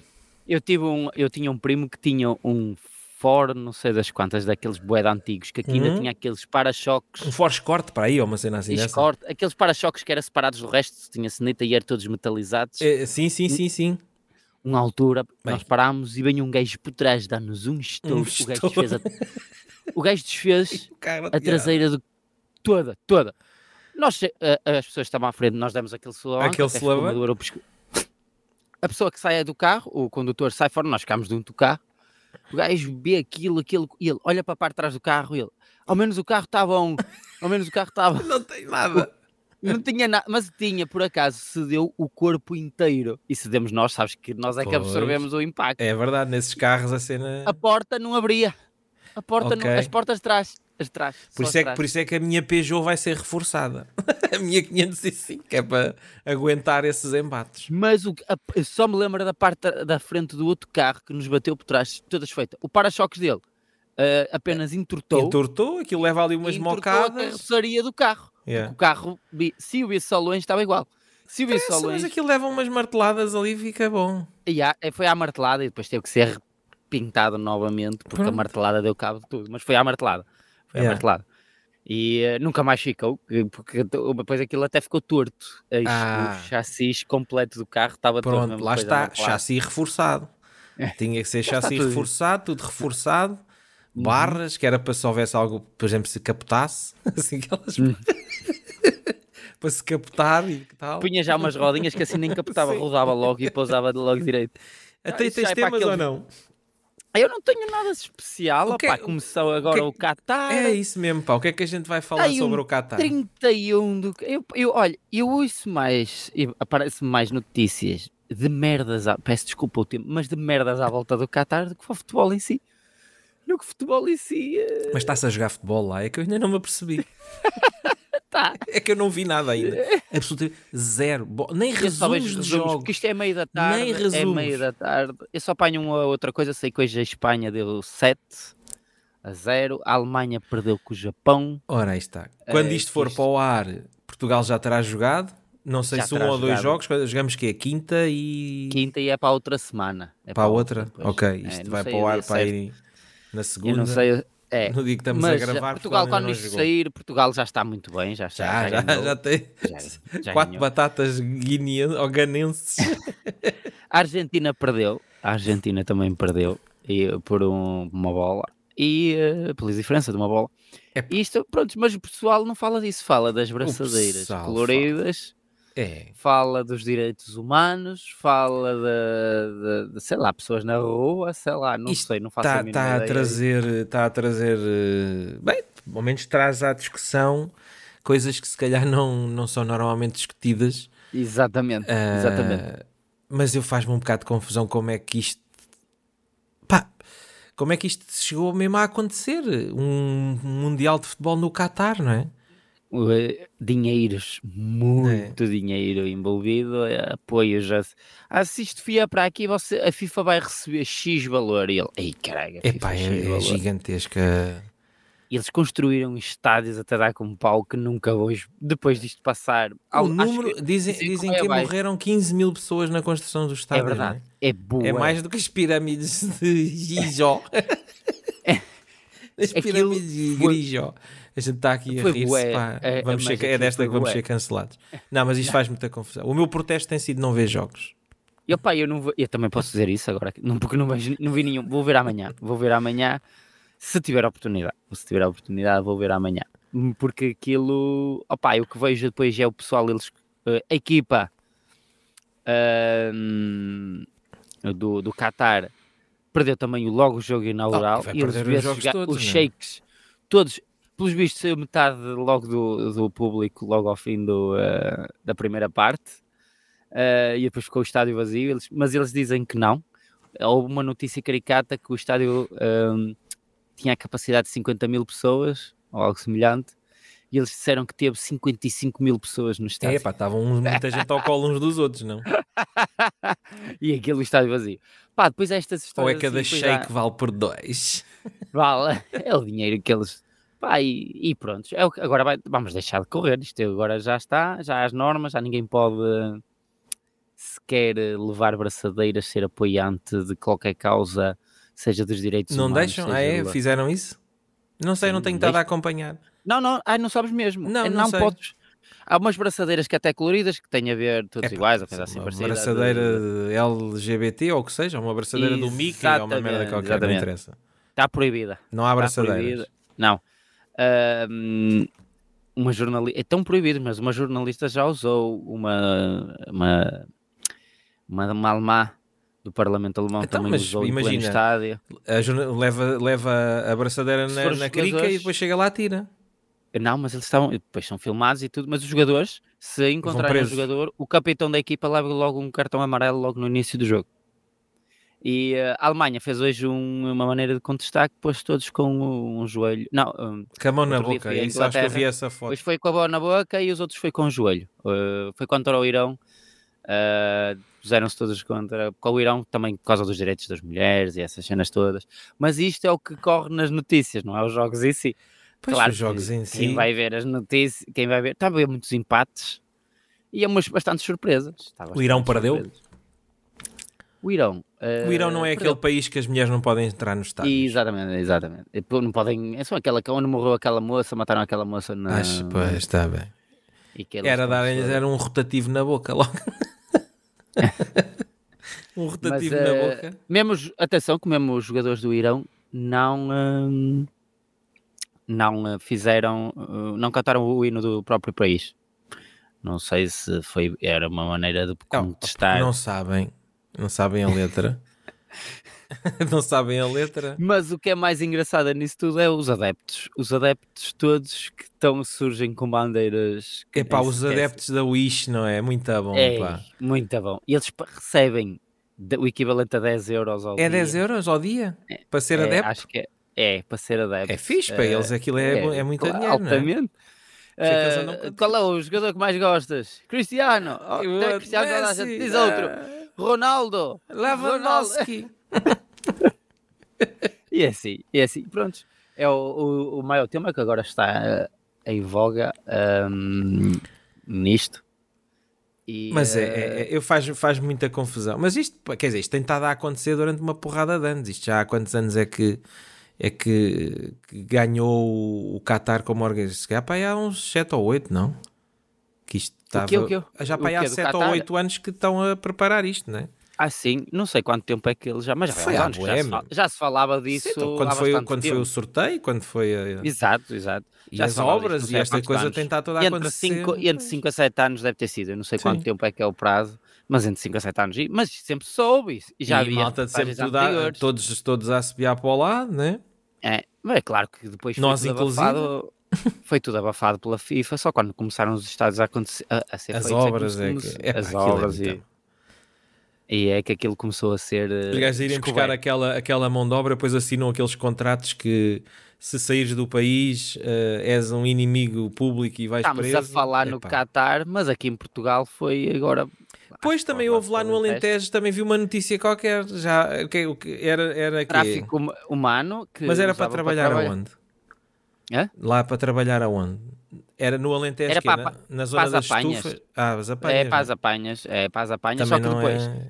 Speaker 2: Eu, tive um, eu tinha um primo que tinha um Ford, não sei das quantas, daqueles boeda antigos, que aqui ainda
Speaker 1: Uhum.
Speaker 2: tinha aqueles para-choques,
Speaker 1: Um Force Corte para aí, ou uma cena assim
Speaker 2: e
Speaker 1: dessa.
Speaker 2: escort- aqueles para-choques que eram separados do resto, tinha ceneta e eram todos metalizados.
Speaker 1: É, sim, sim, sim, sim.
Speaker 2: uma altura
Speaker 1: Bem.
Speaker 2: nós parámos e vem um gajo por trás dá-nos um estouro. o gajo
Speaker 1: estouro.
Speaker 2: desfez a, o gajo desfez
Speaker 1: Cara,
Speaker 2: a traseira do... toda, toda. Nós, che- a- as pessoas que estavam à frente, nós demos aquele é solavanco.
Speaker 1: Aquele
Speaker 2: até ficou uma
Speaker 1: solavanco.
Speaker 2: dor ao pesco- A pessoa que sai é do carro, o condutor sai fora, nós ficámos dentro do carro. O gajo vê aquilo, aquilo, e ele olha para a parte de trás do carro e ele, ao menos o carro estava um, ao menos o carro estava,
Speaker 1: Não tem nada.
Speaker 2: não tinha nada, mas tinha, por acaso, se deu o corpo inteiro. E se demos nós, sabes que nós é que
Speaker 1: Pois.
Speaker 2: absorvemos o impacto
Speaker 1: É verdade, nesses carros a cena.
Speaker 2: a porta não abria. A porta
Speaker 1: Ok.
Speaker 2: não, as portas de trás. As de trás
Speaker 1: Por
Speaker 2: só
Speaker 1: isso, é que,
Speaker 2: atrás.
Speaker 1: por isso é que a minha Peugeot vai ser reforçada. a minha 505 é para aguentar esses embates.
Speaker 2: Mas o, que- a- eu só me lembro da parte da- da frente do outro carro que nos bateu por trás, toda desfeita. O para-choques dele eh, apenas entortou.
Speaker 1: Entortou, aquilo leva ali umas
Speaker 2: e entortou a
Speaker 1: mocadas.
Speaker 2: carroçaria do carro.
Speaker 1: Yeah.
Speaker 2: O carro, vi- se o visse só longe, estava igual. Se o visse só
Speaker 1: Parece, mas
Speaker 2: longe,
Speaker 1: aquilo leva umas marteladas ali e fica bom.
Speaker 2: e há- eh, foi à martelada e depois teve que ser pintado novamente porque a
Speaker 1: Pronto.
Speaker 2: martelada deu cabo de tudo. Mas foi à martelada. Foi
Speaker 1: Yeah.
Speaker 2: à martelada. E eh, nunca mais ficou, eh, porque to- depois aquilo até ficou torto. Eis,
Speaker 1: Ah.
Speaker 2: O chassis completo do carro estava torto.
Speaker 1: Pronto,
Speaker 2: mesmo
Speaker 1: lá
Speaker 2: depois da
Speaker 1: está,
Speaker 2: martelada.
Speaker 1: chassi reforçado. Tinha que ser
Speaker 2: está
Speaker 1: chassi
Speaker 2: tudo. Uhum.
Speaker 1: reforçado, tudo reforçado, barras, que era para se houvesse algo, por exemplo, se captasse, assim que elas.
Speaker 2: Uhum.
Speaker 1: para se captar e que tal.
Speaker 2: Punha já umas rodinhas que assim nem captava,
Speaker 1: Sim.
Speaker 2: rodava logo e pousava de logo direito.
Speaker 1: Até
Speaker 2: isso
Speaker 1: tens
Speaker 2: já é para
Speaker 1: temas
Speaker 2: aquele-
Speaker 1: ou não?
Speaker 2: Ah, Eu não tenho nada de especial,
Speaker 1: O que é-
Speaker 2: opá, começou agora
Speaker 1: que-
Speaker 2: o Qatar.
Speaker 1: É isso mesmo, pá. O que é que a gente vai falar
Speaker 2: Ai, um
Speaker 1: sobre o Qatar?
Speaker 2: 31 do. Eu, eu, olha, eu ouço mais. e Aparece-me mais notícias de merdas. À, peço desculpa o tempo, mas de merdas à volta do Qatar do que o futebol em si. No que futebol em si eh,
Speaker 1: Mas está-se a jogar futebol lá, é que eu ainda não me apercebi.
Speaker 2: tá.
Speaker 1: É que eu não vi nada ainda. Absolutamente zero. Bo- Nem
Speaker 2: Eu só
Speaker 1: resumos
Speaker 2: vejo
Speaker 1: de
Speaker 2: resumos, porque
Speaker 1: jogos.
Speaker 2: isto é meio da tarde.
Speaker 1: Nem
Speaker 2: é
Speaker 1: resumos.
Speaker 2: meio da tarde. Eu só apanho uma outra coisa. Sei que hoje a Espanha deu 7 a 0. A Alemanha perdeu com o Japão.
Speaker 1: Ora, aí está. Quando
Speaker 2: É,
Speaker 1: isto for
Speaker 2: isto-
Speaker 1: para o ar, Portugal já terá jogado. Não sei
Speaker 2: Já
Speaker 1: se um
Speaker 2: terá
Speaker 1: ou dois
Speaker 2: jogado.
Speaker 1: jogos. Jogamos que é quinta e.
Speaker 2: Quinta e é para a outra semana. É
Speaker 1: Para a outra?
Speaker 2: depois.
Speaker 1: Ok,
Speaker 2: É,
Speaker 1: isto
Speaker 2: não
Speaker 1: vai
Speaker 2: sei
Speaker 1: para o
Speaker 2: o
Speaker 1: ar
Speaker 2: dia
Speaker 1: para ir na
Speaker 2: Eu
Speaker 1: segunda.
Speaker 2: não sei. É,
Speaker 1: No dia que estamos
Speaker 2: Mas
Speaker 1: a gravar,
Speaker 2: Portugal,
Speaker 1: ainda
Speaker 2: quando
Speaker 1: não
Speaker 2: isto
Speaker 1: jogou.
Speaker 2: sair, Portugal já está muito bem, já está.
Speaker 1: Já, já, já,
Speaker 2: ganhou,
Speaker 1: tem
Speaker 2: já- já
Speaker 1: quatro
Speaker 2: ganhou.
Speaker 1: batatas guineenses ou ganenses.
Speaker 2: A Argentina perdeu, a Argentina também perdeu e, por um- uma bola e eh, pela diferença de uma bola.
Speaker 1: Epá.
Speaker 2: Isto, pronto, mas o pessoal não fala disso, fala das braçadeiras
Speaker 1: pessoal
Speaker 2: coloridas
Speaker 1: É.
Speaker 2: fala dos direitos humanos, fala de, de- de, sei lá, pessoas na rua, sei lá, não
Speaker 1: Isto
Speaker 2: sei, não faço
Speaker 1: Está
Speaker 2: a mínima
Speaker 1: está Tá, a
Speaker 2: ideia.
Speaker 1: trazer, está a trazer, eh, bem, ao menos traz à discussão coisas que se calhar não, não são normalmente discutidas.
Speaker 2: Exatamente,
Speaker 1: Ah,
Speaker 2: exatamente.
Speaker 1: Mas eu faz-me um bocado de confusão como é que isto. Pá, como é que isto chegou mesmo a acontecer? Um Mundial de Futebol no Qatar, não é?
Speaker 2: Eh, Dinheiros, muito dinheiro envolvido, eh, apoios. A... Ah, se isto vier para aqui, você, a FIFA vai receber X valor. E ele, ei caralho, a FIFA
Speaker 1: Epá,
Speaker 2: X
Speaker 1: é, é
Speaker 2: valor.
Speaker 1: gigantesca.
Speaker 2: E eles construíram estádios até dar com pau que nunca hoje, depois disto passar. ao-
Speaker 1: o
Speaker 2: um- acho
Speaker 1: número,
Speaker 2: que-
Speaker 1: dizem,
Speaker 2: dizem
Speaker 1: dizem
Speaker 2: que
Speaker 1: que
Speaker 2: é baixo.
Speaker 1: morreram 15 mil pessoas na construção do
Speaker 2: é
Speaker 1: estádio. não
Speaker 2: verdade, é boa.
Speaker 1: É mais do que as pirâmides de Gijó. As
Speaker 2: Aquilo
Speaker 1: pirâmides de
Speaker 2: foi-
Speaker 1: Grijó. A gente está aqui a
Speaker 2: Foi
Speaker 1: rir-se.
Speaker 2: bué,
Speaker 1: pá.
Speaker 2: é- é,
Speaker 1: Vamos ser,
Speaker 2: mas
Speaker 1: é
Speaker 2: aquilo
Speaker 1: desta
Speaker 2: foi
Speaker 1: que vamos
Speaker 2: bué.
Speaker 1: ser cancelados. Não, mas isto faz muita confusão. O meu protesto tem sido não ver jogos.
Speaker 2: E opá, eu não vou- eu também posso dizer isso agora, que- não, porque não, vejo, não vi nenhum. Vou ver amanhã, vou ver amanhã, se tiver oportunidade. Se tiver oportunidade, vou ver amanhã. Hum, Porque aquilo, opá, eu que vejo depois é o pessoal, eles, eh, a equipa ahm, do, do Qatar perdeu também o- logo o jogo inaugural.
Speaker 1: Oh, vai
Speaker 2: e eles
Speaker 1: perder os
Speaker 2: vêem-se
Speaker 1: jogos
Speaker 2: jogar-
Speaker 1: todos,
Speaker 2: os
Speaker 1: né?
Speaker 2: shakes, todos, pelos vistos, saiu metade logo do, do público, logo ao fim do, eh, da primeira parte. Eh, e depois ficou o estádio vazio, eles- mas eles dizem que não. Houve uma notícia caricata que o estádio ehm, tinha a capacidade de 50 mil pessoas, ou algo semelhante, e eles disseram que teve 55 mil pessoas no estádio.
Speaker 1: É, pá, estavam
Speaker 2: um,
Speaker 1: uns- muita gente ao colo uns dos outros, não?
Speaker 2: E aquele estádio vazio. Pá, depois há estas
Speaker 1: Ou
Speaker 2: histórias.
Speaker 1: é cada
Speaker 2: assim, depois há-
Speaker 1: shake vale por dois?
Speaker 2: Vale, é o dinheiro que eles. Pá, e, e pronto. É o que- agora vai- vamos deixar de correr. Isto agora já está, já há as normas, já ninguém pode eh, sequer eh, levar braçadeiras, ser apoiante de qualquer causa, seja dos direitos
Speaker 1: não
Speaker 2: humanos.
Speaker 1: deixam?
Speaker 2: seja
Speaker 1: Ah, é?
Speaker 2: do-
Speaker 1: Fizeram isso? Não sei, não
Speaker 2: Não
Speaker 1: tenho estado a
Speaker 2: deixam.
Speaker 1: acompanhar.
Speaker 2: Não, não, ai, não sabes mesmo.
Speaker 1: Não,
Speaker 2: É,
Speaker 1: não sei.
Speaker 2: podes. Há umas braçadeiras que até coloridas que têm a ver todos
Speaker 1: Epá,
Speaker 2: iguais, ou coisa assim
Speaker 1: uma
Speaker 2: parecida. de-
Speaker 1: abraçadeira de LGBT ou o que seja, uma abraçadeira do Mickey ou uma merda
Speaker 2: Exatamente,
Speaker 1: qualquer, não
Speaker 2: exatamente. Tá
Speaker 1: interessa.
Speaker 2: Está proibida.
Speaker 1: Não há
Speaker 2: Está
Speaker 1: abraçadeiras.
Speaker 2: proibida. Não. Ahm, uma jornalista. É tão proibido, mas uma jornalista já usou uma. Uma. Uma, uma alemã do Parlamento Alemão
Speaker 1: Então,
Speaker 2: também
Speaker 1: mas
Speaker 2: usou em pleno
Speaker 1: imagina,
Speaker 2: estádio.
Speaker 1: A jorna- leva, leva a braçadeira
Speaker 2: Se
Speaker 1: na,
Speaker 2: for os
Speaker 1: na crica e
Speaker 2: jogadores-
Speaker 1: depois chega lá e tira.
Speaker 2: Não, mas eles estão. Depois são filmados e tudo, mas os jogadores, se encontrarem um
Speaker 1: presos.
Speaker 2: jogador, o capitão da equipa leva logo um cartão amarelo logo no início do jogo. E eh, a Alemanha fez hoje um- uma maneira de contestar que pôs todos com um, um joelho. Não, um,
Speaker 1: Com a mão na
Speaker 2: Outro dia
Speaker 1: boca.
Speaker 2: fui à
Speaker 1: Isso acho que eu vi
Speaker 2: Inglaterra.
Speaker 1: essa foto.
Speaker 2: Pois foi com a bola na boca e os outros foi com o joelho. Uh, foi contra o Irão. Uh, Puseram-se todos contra com o Irão, também por causa dos direitos das mulheres e essas cenas todas. Mas isto é o que corre nas notícias, não é os jogos em si.
Speaker 1: Pois
Speaker 2: claro
Speaker 1: os jogos
Speaker 2: que
Speaker 1: em
Speaker 2: Quem
Speaker 1: si.
Speaker 2: vai ver as notícias, quem vai ver. Estava a ver muitos empates e há umas bastantes surpresas. Está bastante
Speaker 1: Irão perdeu?
Speaker 2: surpresas. O Irão.
Speaker 1: O Irão não é
Speaker 2: aquele
Speaker 1: aquele país que as mulheres não podem entrar no estádio.
Speaker 2: Exatamente, exatamente. E, pô, Não podem. É só aquela que onde morreu aquela moça, mataram aquela moça na.
Speaker 1: Acho, pois, está bem.
Speaker 2: e que eles
Speaker 1: Era
Speaker 2: estão
Speaker 1: dar-lhes
Speaker 2: sobre-
Speaker 1: era um rotativo na boca logo. um rotativo
Speaker 2: Mas,
Speaker 1: na
Speaker 2: eh,
Speaker 1: boca.
Speaker 2: Mesmo, os- atenção, que mesmo os jogadores do Irão não, hum, não eh, fizeram, eh, não cantaram o hino do próprio país. Não sei se foi, era uma maneira de
Speaker 1: Não,
Speaker 2: contestar.
Speaker 1: não sabem. Não sabem a letra. não sabem a letra.
Speaker 2: Mas o que é mais engraçado nisso tudo é os adeptos. Os adeptos todos que estão, surgem com bandeiras. que
Speaker 1: É pá,
Speaker 2: nem
Speaker 1: os
Speaker 2: sequer se-
Speaker 1: adeptos da Wish, não é? Muito bom,
Speaker 2: Ei,
Speaker 1: pá.
Speaker 2: muito bom. E eles pa- recebem de- o equivalente a 10 euros ao
Speaker 1: É
Speaker 2: dia.
Speaker 1: 10 euros ao dia? Para ser
Speaker 2: É,
Speaker 1: adepto?
Speaker 2: Acho que é, é, para ser adepto.
Speaker 1: É fixe para eles, aquilo é, é, muito
Speaker 2: claro,
Speaker 1: dinheiro, não é?
Speaker 2: altamente.
Speaker 1: é que eles
Speaker 2: Ah,
Speaker 1: andam com-
Speaker 2: qual é o jogador que mais gostas? Cristiano. Oh,
Speaker 1: Eu
Speaker 2: não é
Speaker 1: amo
Speaker 2: Cristiano toda a gente.
Speaker 1: Messi.
Speaker 2: Diz outro.
Speaker 1: Ah,
Speaker 2: Ronaldo.
Speaker 1: Lewandowski.
Speaker 2: E assim, e assim. Pronto. É o, o, o maior tema que agora está ah, em voga ahm, nisto. E,
Speaker 1: Mas é,
Speaker 2: ah,
Speaker 1: é- é- eu faz, faz muita confusão. Mas isto, pá, quer dizer, isto tem estado a acontecer durante uma porrada de anos. Isto já há quantos anos é que, é que, que ganhou o Qatar como organização? Se calhar pá, aí há uns 7 ou 8, não? Que isto estava...
Speaker 2: quê, o quê?
Speaker 1: Já
Speaker 2: O
Speaker 1: pá, aí
Speaker 2: quê,
Speaker 1: há
Speaker 2: do
Speaker 1: 7 ou
Speaker 2: Qatar?
Speaker 1: 8 anos que estão a preparar isto, não é?
Speaker 2: Ah, sim, não sei quanto tempo é que ele já, mas já,
Speaker 1: Foi
Speaker 2: há
Speaker 1: à
Speaker 2: anos que já, se,
Speaker 1: Bohème.
Speaker 2: fal- já se falava disso.
Speaker 1: Sim, então,
Speaker 2: há
Speaker 1: quando foi,
Speaker 2: bastante
Speaker 1: quando foi
Speaker 2: tempo.
Speaker 1: o sorteio, quando foi a-
Speaker 2: Exato, exato.
Speaker 1: e
Speaker 2: já
Speaker 1: as
Speaker 2: se falava disso,
Speaker 1: obras
Speaker 2: não
Speaker 1: e
Speaker 2: sei há
Speaker 1: esta
Speaker 2: quantos
Speaker 1: coisa
Speaker 2: anos.
Speaker 1: tem estado a
Speaker 2: E entre
Speaker 1: acontecer.
Speaker 2: 5 entre cinco a 7 anos deve ter sido, eu não sei quanto
Speaker 1: Sim.
Speaker 2: tempo é que é o prazo, mas entre 5 a 7 anos, e- mas sempre soube isso. E já
Speaker 1: e
Speaker 2: havia
Speaker 1: malta de sempre
Speaker 2: reportagens
Speaker 1: tudo a-
Speaker 2: anteriores.
Speaker 1: todos, todos a assobiar para o lado, né?
Speaker 2: É, mas é claro que depois foi
Speaker 1: Nós,
Speaker 2: tudo
Speaker 1: inclusive.
Speaker 2: abafado. Foi tudo abafado pela FIFA, só quando começaram os estádios a, acontecer, a, a ser
Speaker 1: As
Speaker 2: feitos, é que
Speaker 1: obras é que.
Speaker 2: começou-
Speaker 1: epá,
Speaker 2: as
Speaker 1: aquilo
Speaker 2: obras
Speaker 1: é
Speaker 2: e,
Speaker 1: muito-
Speaker 2: e é que aquilo começou a ser. eh,
Speaker 1: Os gajos irem buscar aquela, aquela mão de obra, depois assinam aqueles contratos que se saíres do país eh, és um inimigo público e vais
Speaker 2: Estamos
Speaker 1: preso.
Speaker 2: Ah, a falar no
Speaker 1: Epá.
Speaker 2: Qatar, mas aqui em Portugal foi agora.
Speaker 1: Pois também houve lá no Alentejo, também vi uma notícia qualquer, já, o que, o que era, era quê?
Speaker 2: Tráfico hum- humano. Que
Speaker 1: Mas era para
Speaker 2: usavam
Speaker 1: trabalhar aonde?
Speaker 2: Hã?
Speaker 1: Lá para trabalhar aonde? Era no Alentejo,
Speaker 2: Era
Speaker 1: quê?
Speaker 2: para-
Speaker 1: na, na zona
Speaker 2: as
Speaker 1: das
Speaker 2: apanhas.
Speaker 1: estufas? Ah, as apanhas.
Speaker 2: É para as
Speaker 1: né?
Speaker 2: apanhas, é para as apanhas,
Speaker 1: Também
Speaker 2: só que
Speaker 1: não
Speaker 2: depois
Speaker 1: é,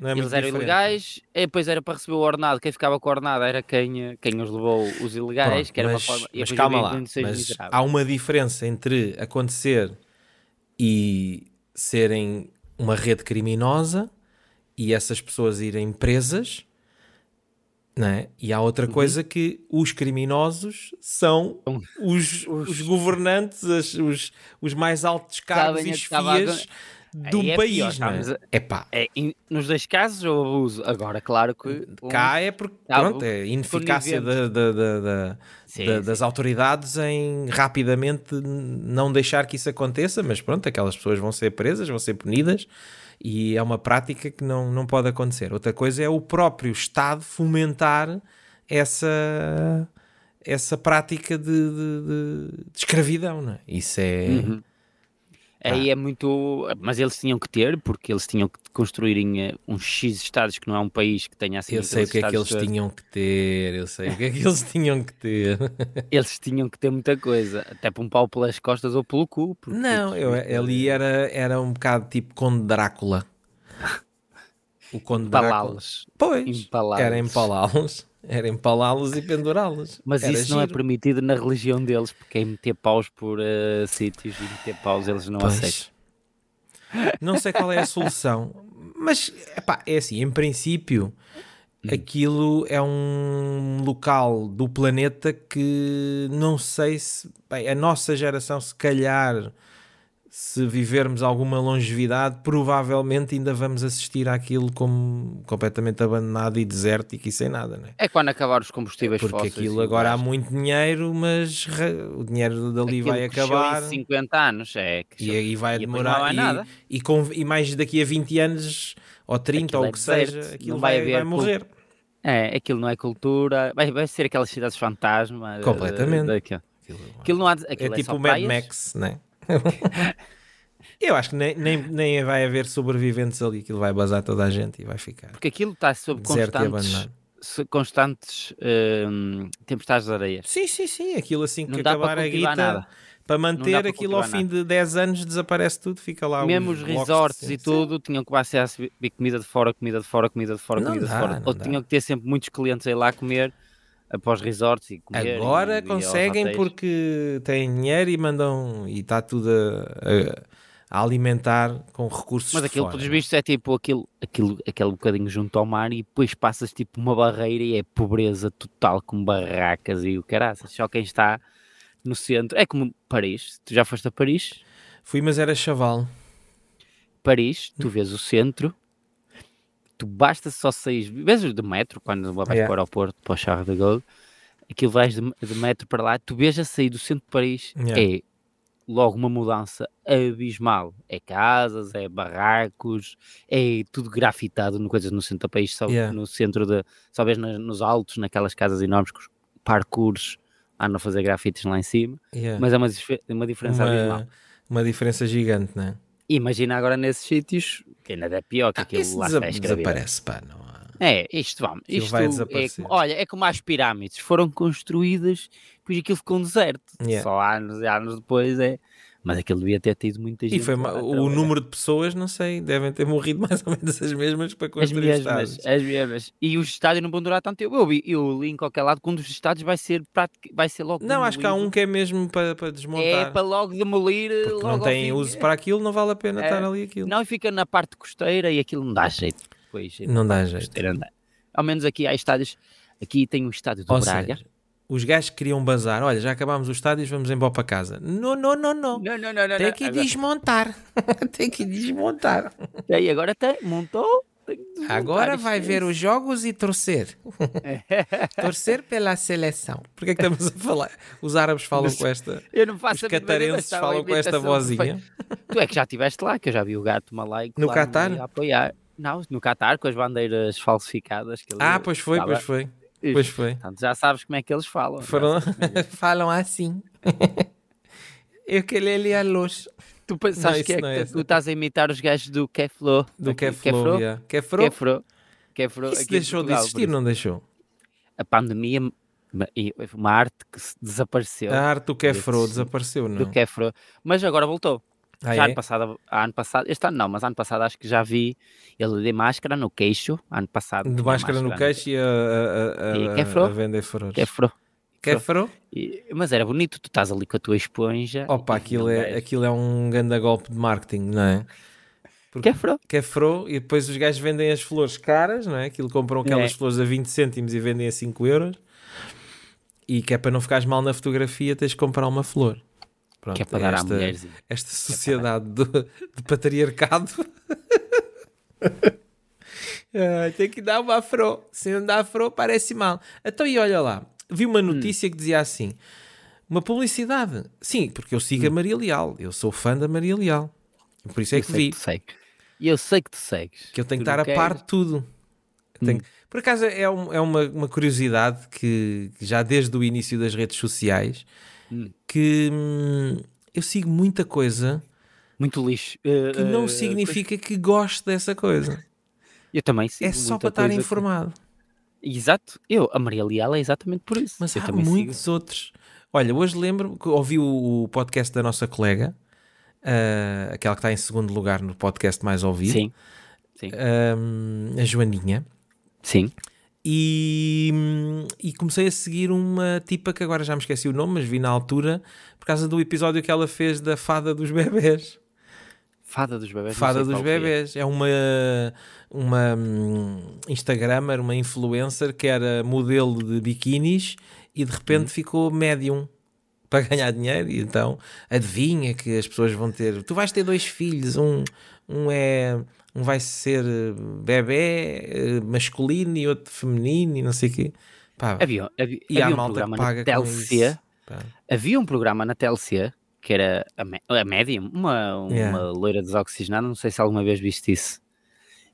Speaker 1: não é
Speaker 2: eles
Speaker 1: muito
Speaker 2: eram
Speaker 1: diferente.
Speaker 2: ilegais, e depois era para receber o ordenado, quem ficava com o ordenado era quem, eh, quem os levou, os ilegais,
Speaker 1: Pronto,
Speaker 2: que era
Speaker 1: mas,
Speaker 2: uma forma. e
Speaker 1: mas
Speaker 2: depois
Speaker 1: calma
Speaker 2: havia
Speaker 1: lá,
Speaker 2: condições
Speaker 1: mas
Speaker 2: miseráveis.
Speaker 1: há uma diferença entre acontecer e serem uma rede criminosa e essas pessoas irem presas, não é? E há outra coisa que os criminosos são
Speaker 2: Uhum. São
Speaker 1: os, os... governantes, as- os, os mais altos cargos e
Speaker 2: Sabem a que estava a
Speaker 1: chefias do
Speaker 2: Aí é
Speaker 1: país,
Speaker 2: pior,
Speaker 1: não
Speaker 2: estamos
Speaker 1: é?
Speaker 2: a-
Speaker 1: Epá,
Speaker 2: É, em- nos dois casos o abuso, agora claro que um
Speaker 1: cá é porque,
Speaker 2: Tá bom.
Speaker 1: pronto, é a ineficácia da-
Speaker 2: Conivente.
Speaker 1: da- da- da,
Speaker 2: Sim,
Speaker 1: da-
Speaker 2: sim.
Speaker 1: das autoridades em rapidamente n- não deixar que isso aconteça, mas pronto, aquelas pessoas vão ser presas, vão ser punidas e é uma prática que não, não pode acontecer. Outra coisa é o próprio Estado fomentar essa, essa prática de, de- de- de escravidão, não é? Isso é.
Speaker 2: Uhum. Aí
Speaker 1: ah.
Speaker 2: é muito. Mas eles tinham que ter, porque eles tinham que construírem eh, uns X estados que não é um país que tenha assim.
Speaker 1: Eu sei o
Speaker 2: aqueles
Speaker 1: que é que eles
Speaker 2: estados todos.
Speaker 1: tinham que ter, eu sei o que é que eles tinham que ter.
Speaker 2: Eles tinham que ter muita coisa, até para um pau pelas costas ou pelo cu. porque-
Speaker 1: Não, eu, é, ali era, era um bocado tipo Conde Drácula. O Conde Drácula.
Speaker 2: Empalá-los.
Speaker 1: Pois,
Speaker 2: Empalá-los.
Speaker 1: era empalá-los. Era empalá-los e pendurá-los.
Speaker 2: Mas
Speaker 1: Era
Speaker 2: isso não é
Speaker 1: giro.
Speaker 2: permitido na religião deles, porque é meter paus por eh, sítios e meter paus eles não
Speaker 1: Pois.
Speaker 2: aceitam.
Speaker 1: Não sei qual é a solução. Mas, epá, é assim, em princípio,
Speaker 2: Hum.
Speaker 1: aquilo é um local do planeta que não sei se... Bem, a nossa geração, se calhar, se vivermos alguma longevidade, provavelmente ainda vamos assistir àquilo como completamente abandonado e desértico e sem nada, né?
Speaker 2: É quando acabar os combustíveis
Speaker 1: Porque
Speaker 2: fósseis.
Speaker 1: aquilo
Speaker 2: e o
Speaker 1: agora há
Speaker 2: resto.
Speaker 1: muito dinheiro, mas ra- o dinheiro dali
Speaker 2: Aquilo
Speaker 1: vai
Speaker 2: cresceu
Speaker 1: acabar.
Speaker 2: Em 50 anos, é.
Speaker 1: E
Speaker 2: cresceu.
Speaker 1: aí vai
Speaker 2: depois não
Speaker 1: demorar.
Speaker 2: há
Speaker 1: e,
Speaker 2: nada.
Speaker 1: E, com- e mais daqui a 20 anos, ou 30,
Speaker 2: Aquilo
Speaker 1: ou o
Speaker 2: é
Speaker 1: que seja,
Speaker 2: deserto,
Speaker 1: aquilo
Speaker 2: não
Speaker 1: vai,
Speaker 2: vai
Speaker 1: vai,
Speaker 2: haver culto.
Speaker 1: morrer.
Speaker 2: É, aquilo não é cultura, vai, vai ser aquelas cidades fantasma. eh,
Speaker 1: Completamente.
Speaker 2: daquilo.
Speaker 1: Aquilo-
Speaker 2: Aquilo não há,
Speaker 1: é
Speaker 2: aquilo
Speaker 1: tipo
Speaker 2: só
Speaker 1: o Mad
Speaker 2: praias.
Speaker 1: Max, né? Eu acho que nem, nem, nem vai haver sobreviventes ali, aquilo vai basar toda a gente e vai ficar
Speaker 2: Porque aquilo está sob
Speaker 1: deserto e
Speaker 2: constantes,
Speaker 1: abandonado.
Speaker 2: se- constantes hum, tempestades de areia.
Speaker 1: Sim, sim, sim, aquilo assim que
Speaker 2: Não dá
Speaker 1: acabar
Speaker 2: para
Speaker 1: a
Speaker 2: cultivar
Speaker 1: guita,
Speaker 2: nada.
Speaker 1: para
Speaker 2: Não dá
Speaker 1: manter
Speaker 2: para
Speaker 1: aquilo ao
Speaker 2: cultivar
Speaker 1: fim de 10 anos desaparece tudo, fica lá
Speaker 2: Mesmo
Speaker 1: os
Speaker 2: os
Speaker 1: blocos de
Speaker 2: resorts e
Speaker 1: sempre.
Speaker 2: tudo tinham que passar a subir comida de fora, comida de fora, comida de fora,
Speaker 1: Não
Speaker 2: comida
Speaker 1: dá,
Speaker 2: de fora.
Speaker 1: não
Speaker 2: Ou
Speaker 1: dá.
Speaker 2: tinham que ter sempre muitos clientes a ir lá comer após resorts e comer. e- e
Speaker 1: Agora
Speaker 2: aos
Speaker 1: conseguem
Speaker 2: hotéis.
Speaker 1: porque têm dinheiro e mandam e está tudo a, a- a alimentar com recursos.
Speaker 2: Mas
Speaker 1: de
Speaker 2: aquilo,
Speaker 1: fora,
Speaker 2: pelos
Speaker 1: não é?
Speaker 2: vistos, é tipo aquilo, aquilo, aquele bocadinho junto ao mar e depois passas tipo uma barreira e é pobreza total com barracas e o caraças. Só quem está no centro. É como Paris. Tu já foste a Paris?
Speaker 1: Fui, mas era chaval.
Speaker 2: Paris,
Speaker 1: Hum.
Speaker 2: tu vês o centro, tu basta só sair, vês de metro, quando vais
Speaker 1: Yeah.
Speaker 2: para o aeroporto, para o Charles de Gaulle, aquilo vais de, de metro para lá, tu vês a sair do centro de Paris,
Speaker 1: Yeah.
Speaker 2: é logo uma mudança abismal. É casas, é barracos, é tudo grafitado, no- coisas no centro do país, só
Speaker 1: Yeah.
Speaker 2: no centro de, só vês nas- nos altos, naquelas casas enormes, com os parkours, andam a fazer grafites lá em cima,
Speaker 1: Yeah.
Speaker 2: mas é uma, disfe- uma diferença abismal.
Speaker 1: uma, uma diferença gigante, não é?
Speaker 2: Imagina agora nesses sítios, que ainda é pior que
Speaker 1: Ah,
Speaker 2: aquilo
Speaker 1: isso
Speaker 2: lá
Speaker 1: desa-
Speaker 2: está escravidão.
Speaker 1: desaparece, pá. Não há...
Speaker 2: É, isto vamos.
Speaker 1: Aquilo
Speaker 2: Isto
Speaker 1: vai
Speaker 2: é
Speaker 1: desaparecer.
Speaker 2: como- olha, é como as pirâmides, foram construídas, depois aquilo ficou um deserto.
Speaker 1: Yeah.
Speaker 2: Só anos e anos depois é. Mas aquilo devia ter tido muita gente.
Speaker 1: E foi
Speaker 2: lá é.
Speaker 1: ma-
Speaker 2: a
Speaker 1: o
Speaker 2: trabalhar.
Speaker 1: número de pessoas, não sei, devem ter morrido mais ou menos as mesmas para
Speaker 2: As
Speaker 1: construir
Speaker 2: mesmas, é
Speaker 1: estados.
Speaker 2: as mesmas. E os estádios não vão durar tanto tempo. Eu, vi- eu li em qualquer lado que um dos estádios vai ser, pratic- vai ser logo.
Speaker 1: Não, acho que há um
Speaker 2: demolido.
Speaker 1: que é mesmo para, para
Speaker 2: É
Speaker 1: desmontar.
Speaker 2: para logo demolir.
Speaker 1: Porque
Speaker 2: logo
Speaker 1: não
Speaker 2: ao
Speaker 1: tem
Speaker 2: fim.
Speaker 1: uso para aquilo, não vale a pena
Speaker 2: É.
Speaker 1: estar ali aquilo.
Speaker 2: Não, e fica na parte costeira e aquilo não dá jeito. depois.
Speaker 1: Não dá jeito.
Speaker 2: ter andar. Ao menos aqui há estádios. Aqui tem o estádio do
Speaker 1: Ou
Speaker 2: Braga.
Speaker 1: seja, os gajos queriam bazar. Olha, já acabámos os estádios, vamos embora para casa. Não, não, não, não.
Speaker 2: Não, não, não, não.
Speaker 1: Tem
Speaker 2: não,
Speaker 1: que
Speaker 2: agora-
Speaker 1: desmontar. Tem que desmontar.
Speaker 2: Aí agora tem, montou. tem que desmontar
Speaker 1: Agora
Speaker 2: isto.
Speaker 1: vai ver os jogos e torcer.
Speaker 2: É.
Speaker 1: torcer pela seleção. Porquê é que estamos a falar? Os árabes falam com esta.
Speaker 2: Eu não
Speaker 1: Os
Speaker 2: faço a mínima ideia,
Speaker 1: catarenses
Speaker 2: mas estava
Speaker 1: falam
Speaker 2: a
Speaker 1: com esta
Speaker 2: imitação
Speaker 1: vozinha.
Speaker 2: perfeita. Tu é que já estiveste lá, que eu já vi o gato malaico
Speaker 1: No
Speaker 2: lá
Speaker 1: Qatar?
Speaker 2: meio a apoiar. Não, no Qatar, com as bandeiras falsificadas. que ele-
Speaker 1: Ah, pois foi,
Speaker 2: estava-
Speaker 1: pois foi.
Speaker 2: Isto.
Speaker 1: Pois foi.
Speaker 2: Portanto, já sabes como é que eles falam.
Speaker 1: Foram- falam assim. Eu que ele a luz
Speaker 2: Tu
Speaker 1: Não,
Speaker 2: pensaste
Speaker 1: isso
Speaker 2: que, é
Speaker 1: não
Speaker 2: que
Speaker 1: é
Speaker 2: tu-
Speaker 1: essa.
Speaker 2: tu estás a imitar os gajos do é Keflo.
Speaker 1: do
Speaker 2: aqui,
Speaker 1: Kefro. yeah. Kefro?
Speaker 2: Kefro. Kefro
Speaker 1: Isso
Speaker 2: aqui em
Speaker 1: deixou de
Speaker 2: Portugal, por
Speaker 1: existir,
Speaker 2: isso.
Speaker 1: não deixou?
Speaker 2: A pandemia ma- e- uma arte que se desapareceu
Speaker 1: A arte do Kefro
Speaker 2: Esse-
Speaker 1: desapareceu,
Speaker 2: do
Speaker 1: não?
Speaker 2: Kefro. Mas agora voltou.
Speaker 1: Ah,
Speaker 2: já
Speaker 1: é?
Speaker 2: ano passado, há ano passado, este ano não, mas ano passado acho que já vi ele de máscara no queixo. Ano passado.
Speaker 1: De
Speaker 2: tinha
Speaker 1: máscara no queixo e a, a,
Speaker 2: E é
Speaker 1: a, a,
Speaker 2: Kefro?
Speaker 1: a vender é flores.
Speaker 2: Kefro.
Speaker 1: Kefro?
Speaker 2: é E- mas era bonito, tu estás ali com a tua esponja.
Speaker 1: Opa,
Speaker 2: e-
Speaker 1: aquilo
Speaker 2: e-
Speaker 1: é, aquilo é um grande golpe de marketing, não é?
Speaker 2: Kefro.
Speaker 1: Kefro e depois os gajos vendem as flores caras, não é? Aquilo compram aquelas
Speaker 2: É.
Speaker 1: flores a 20 cêntimos e vendem a 5 euros. E que é para não ficares mal na fotografia, tens de comprar uma flor. Pronto,
Speaker 2: Que é para dar
Speaker 1: esta,
Speaker 2: à mulheres. e-
Speaker 1: esta sociedade do- de patriarcado. Ai, tem que dar uma afro. Se não dá afro, parece mal. Então, e olha lá, vi uma notícia que dizia assim: uma publicidade. Sim, porque eu sigo a Maria Leal. Eu sou fã da Maria Leal. Por isso é
Speaker 2: eu
Speaker 1: que
Speaker 2: sei
Speaker 1: vi.
Speaker 2: que tu segues. E eu sei que tu segues.
Speaker 1: Que eu tenho
Speaker 2: Tu
Speaker 1: que estar
Speaker 2: não
Speaker 1: a par
Speaker 2: queres.
Speaker 1: de tudo. Eu tenho- Por acaso é, um- é uma, uma curiosidade que, que já desde o início das redes sociais
Speaker 2: Hum.
Speaker 1: que hum, eu sigo muita coisa
Speaker 2: Muito lixo. eh,
Speaker 1: que não significa que gosto dessa coisa.
Speaker 2: Eu também sigo
Speaker 1: é só
Speaker 2: muita
Speaker 1: para estar
Speaker 2: coisa que-
Speaker 1: informado.
Speaker 2: Exato. Eu, a Maria Leal é exatamente por isso.
Speaker 1: Mas
Speaker 2: eu
Speaker 1: há
Speaker 2: também
Speaker 1: muitos
Speaker 2: sigo.
Speaker 1: outros. Olha, hoje lembro que ouvi o, o podcast da nossa colega, ah, aquela que está em segundo lugar no podcast mais ouvido,
Speaker 2: Sim. Sim.
Speaker 1: hum, a Joaninha.
Speaker 2: Sim.
Speaker 1: E, hum, e comecei a seguir uma tipa que agora já me esqueci o nome, mas vi na altura por causa do episódio que ela fez da Fada dos Bebés.
Speaker 2: Fada dos bebés. não
Speaker 1: Fada
Speaker 2: sei
Speaker 1: dos
Speaker 2: qual que é.
Speaker 1: Bebés. É uma, uma hum, Instagrammer, uma influencer que era modelo de biquinis e de
Speaker 2: Uhum.
Speaker 1: repente ficou médium para ganhar dinheiro. E então adivinha que as pessoas vão ter. Tu vais ter dois filhos, um, um é. Um vai ser eh, bebé eh, masculino e outro feminino e não sei o quê. Pá,
Speaker 2: Havia, havia,
Speaker 1: e há
Speaker 2: havia um
Speaker 1: malta que
Speaker 2: programa
Speaker 1: paga
Speaker 2: na
Speaker 1: com
Speaker 2: TLC.
Speaker 1: isso. Pá.
Speaker 2: Havia um programa na TLC que era a, me- a médium, uma, uma
Speaker 1: Yeah.
Speaker 2: loira desoxigenada. Não sei se alguma vez viste isso.